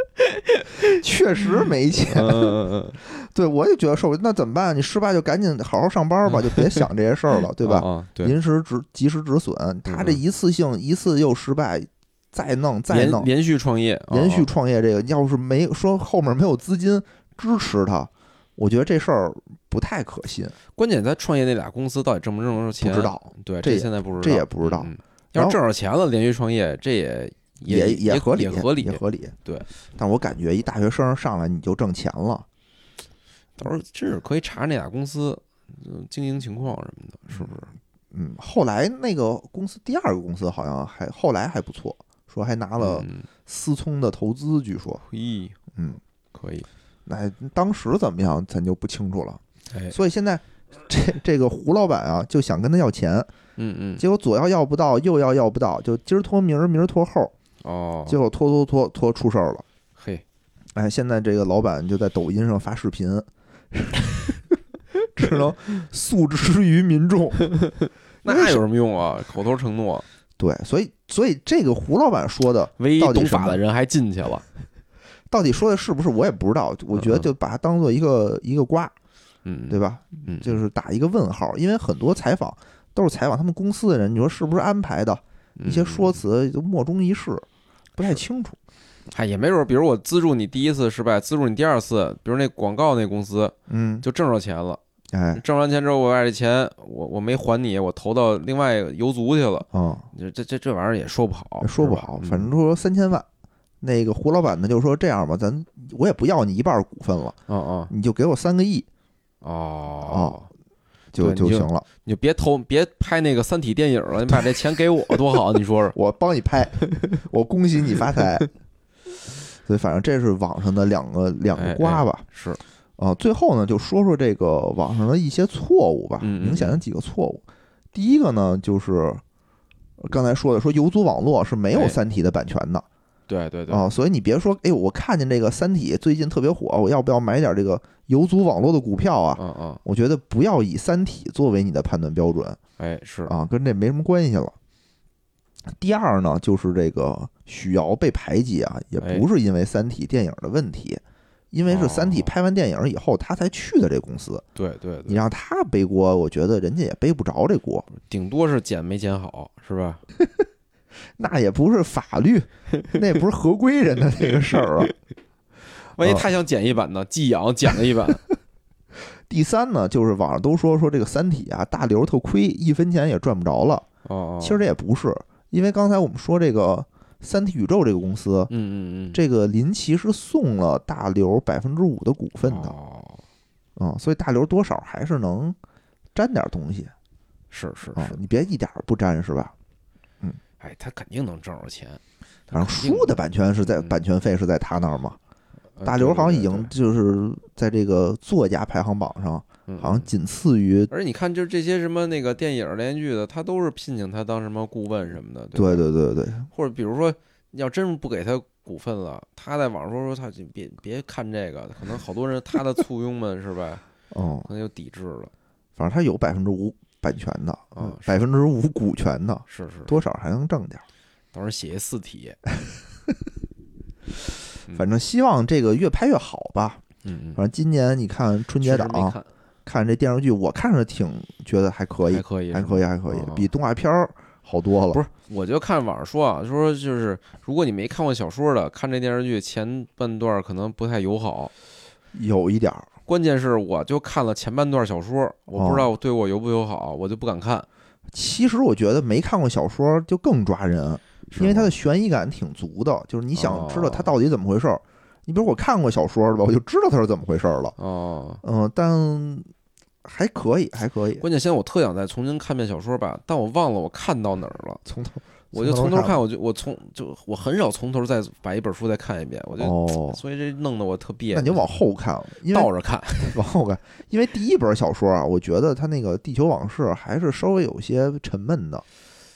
确实没钱。
嗯嗯嗯，
对我也觉得受不了，那怎么办？你失败就赶紧好好上班吧，就别想这些事儿了， 对吧？嗯
啊，对，
临时止及时止损，他这
嗯
一次性一次又失败，再弄再
连
弄，
连续创业，哦
连续创业这个，要是没说后面没有资金支持他，我觉得这事儿不太可信，
关键他创业那俩公司到底挣不挣着
不
钱？
知，道，
对，
这也
现在不知道，
这也不知道
嗯。要
然
是
后
挣着钱了，连续创业，这也
也
也
合理，
也合理。
也合理。
对，
但我感觉一大学生上来你就挣钱了，
到时候真是可以查查那俩公司嗯经营情况什么的，是不是？
嗯，后来那个公司第二个公司好像还后来还不错，说还拿了
嗯，
思聪的投资，据说，
嘿，
嗯，
可以，
那当时怎么样咱就不清楚了。
哎，
所以现在这这个胡老板啊，就想跟他要钱，
嗯嗯，
结果左要要不到，右要要不到，就今儿拖明儿，明儿拖后。
哦，
结果拖拖拖拖出事儿了。
嘿，
哎，现在这个老板就在抖音上发视频， 只能诉之于民 众。
那有什么用啊？口头承诺，
对，所以所以这个胡老板说的
唯一
到底
懂
什么
法的人还进去了，
到底说的是不是我也不知道，我觉得就把它当做一个一个瓜，
嗯，
对吧？
嗯，
就是打一个问号，因为很多采访都是采访他们公司的人，你说是不是安排的？
嗯
一些说，辞就莫衷一是，不太清楚。
哎，也没准儿，比如我资助你第一次失败，资助你第二次，比如那广告那公司
嗯，
就挣着钱了，
哎，
挣完钱之后，我把这钱我我没还你，我投到另外游族去了，
哦，
你说这这这玩意儿也说不好，
说不
是吧
好，
嗯
反正说三千万。那个胡老板呢，就说这样吧，咱我也不要你一半股份了，
嗯嗯
你就给我三个亿
哦，
就
对你就
行了，
你就别投别拍那个《三体》电影了，你把这钱给我 多好，你说说？
我帮你 拍，我恭喜你发财。所以反正这是网上的两个两
哎
个瓜吧，
是，
啊，最后呢就说说这个网上的一些错误吧，
嗯嗯嗯
明显的几个错误。第一个呢就是呃刚才说的，说游族网络是没有
哎
《三体》的版权的，
对对对，
啊，所以你别说，哎，我看见这个《三体》最近特别火，我要不要买点这个游族网络的股票啊？
嗯嗯，
我觉得不要以《三体》作为你的判断标准
哎是，
啊，跟这没什么关系了。第二呢，就是这个许瑶被排挤啊，也
哎
不是因为《三体》电影的问题，因为是《三体》
哦
拍完电影以后他才去的这公司，
对对
你
对，
让他背锅，我觉得人家也背不着这锅，
顶多是剪没剪好，是吧？
那也不是法 律，那也不是合规人的那个事儿啊。
万一
啊
他想剪一版呢？寄养剪了一版，
第三呢，就是网上都说说这个《三体》啊，大刘特亏，一分钱也赚不着了。
哦，哦
其实这也不是，因为刚才我们说这个《三体宇宙》这个公司，
嗯嗯嗯，
这个林奇是送了大刘百分之五的股份的，
哦，
嗯，所以大刘多少还是能沾点东西
是是
啊
是，，
你别一点儿不沾是吧？
哎，他肯定能挣着钱。
反正
肯定
书的版权是在
嗯
版权费是在他那儿嘛，
呃
大刘好像已
对
经
对
就是在这个作家排行榜上，
对嗯
好像
嗯
仅次于，
而且你看，就是这些什么那个电影连续剧的，他都是聘请他当什么顾问什么的，吧
对对对对，
或者比如说，要真不给他股份了，他在网上说说他就别别看这个，可能好多人他的簇拥们是吧，
嗯，
可能就抵制了。
反正他有百分之五版权的，啊
嗯是
百分之五股权的，
是是，
多少还能挣点儿。
到时候写一四体，嗯
反正希望这个越拍越好吧。
嗯嗯，
反正今年你看春节
确实
档
没看
看这电视剧，我看着挺觉得还可以
还，可以，
还
是吗
可以，还可以
哦，
比动画片儿好多了。
不是，我就看网上说啊，就说就是如果你没看过小说的，看这电视剧前半段可能不太友好。
有一点儿，
关键是我就看了前半段小说，我不知
哦
道对我友不友好，我就不敢看，
其实我觉得没看过小说就更抓人，
是
因为它
吗
的悬疑感挺足的，就是你想知道它
哦
到底怎么回事儿。你比如我看过小说的吧，我就知道它是怎么回事儿了。
哦，
嗯，但还可以，还可以，
关键现在我特想再重新看遍小说吧，但我忘了我看到哪儿了，
从头
我就
从
从
头
头
看
看，我就我从就我很少从头再把一本书再看一遍，我就、
哦，
所以这弄得我特别扭。
那你就往后看了，因为
倒着看，
往后看，因为第一本小说啊，我觉得它那个《地球往事》还是稍微有些沉闷的。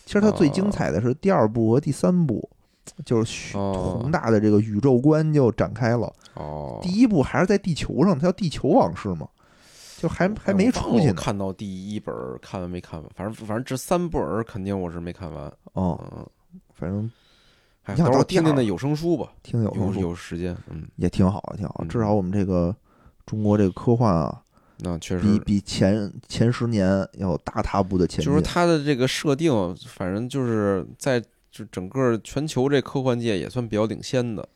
其实它最精彩的是第二部和第三部，就是虚
哦
宏大的这个宇宙观就展开了。
哦，
第一部还是在地球上，它叫《地球往事》嘛，就还还没
哎我
出
忘了
去
我
呢。
看到第一本儿看完没看完，反正反正这三本儿肯定我是没看完。
哦，
嗯，
反正
哎，
你
等
想
会儿我
到第
听听
二
那有声书吧，
听有
有
有
有时间，嗯，
也挺好的，挺好的。
嗯
至少我们这个中国这个科幻啊，
那确
比
实，
比前前十年要大踏步的前
就是
进。
它的这个设定，反正就是在就整个全球这科幻界也算比较领先的。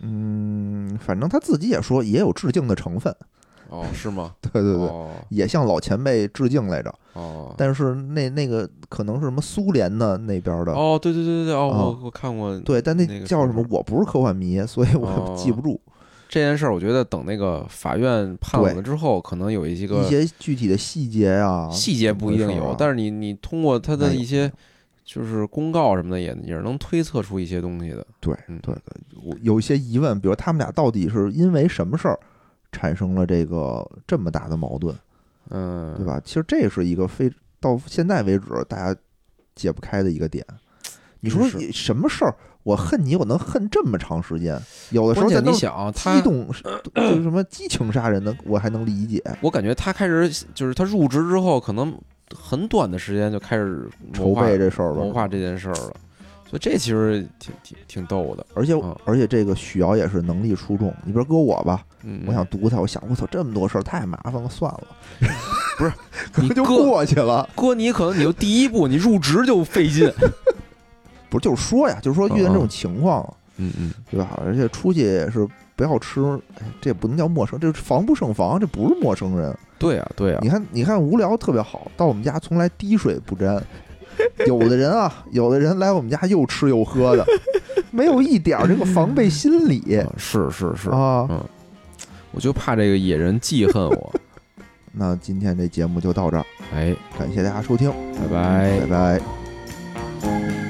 嗯，反正他自己也说也有致敬的成分。
哦，是吗？
对对对。
哦
也向老前辈致敬来着，
哦
但是那那个可能是什么苏联的那边的，
哦，对对对对对，哦，
哦
我我看过
对，但那
那个
叫什么
说？法
我不是科幻迷，所以我
哦
记不住
这件事儿，我觉得等那个法院判
对
了之后，可能有一些个
一些具体的细节啊，
细节不一定有，但
是
是你你通过它
那
的
有
一些就是公告什么的也，也是能推测出一些东西的。
对
嗯
对对，我有一些疑问，比如他们俩到底是因为什么事儿产生了这个这么大的矛盾，
嗯，
对？吧？其实这是一个非到现在为止大家解不开的一个点。你说
真是
什么事儿？我恨你，我能恨这么长时间？有的时
关
候咱
键你
能
想，
激
他
动是就是什么激情杀人的，我还能理解。
我感觉他开始就是他入职之后，可能很短的时间就开始
筹
谋划
备这事儿
谋
吧，
划这件事儿了，所以这其实挺挺挺逗的。
而且
嗯
而且这个许瑶也是能力出众。你比如搁我吧，
嗯，
我想读他，我想我操这么多事儿太麻烦了，算了，
不是
可能
你
就
搁
过去了。
哥，你可能你就第一步你入职就费劲。
不是就是说呀，就是说遇见这种情况，
嗯嗯，
对吧？而且出去也是不要吃，哎，这也不能叫陌生，这是防不胜防，这不是陌生人。
对啊对啊
你，看，你看，无聊特别好，到我们家从来滴水不 沾。有的人啊，有的人来我们家又吃又喝 的，没有一点儿这个防备心理
啊是是 是，
啊。
我就怕这个野人记恨我。
那今天这节目就到这儿，
哎，
感谢大家收听，
拜
拜。
拜
拜。
thank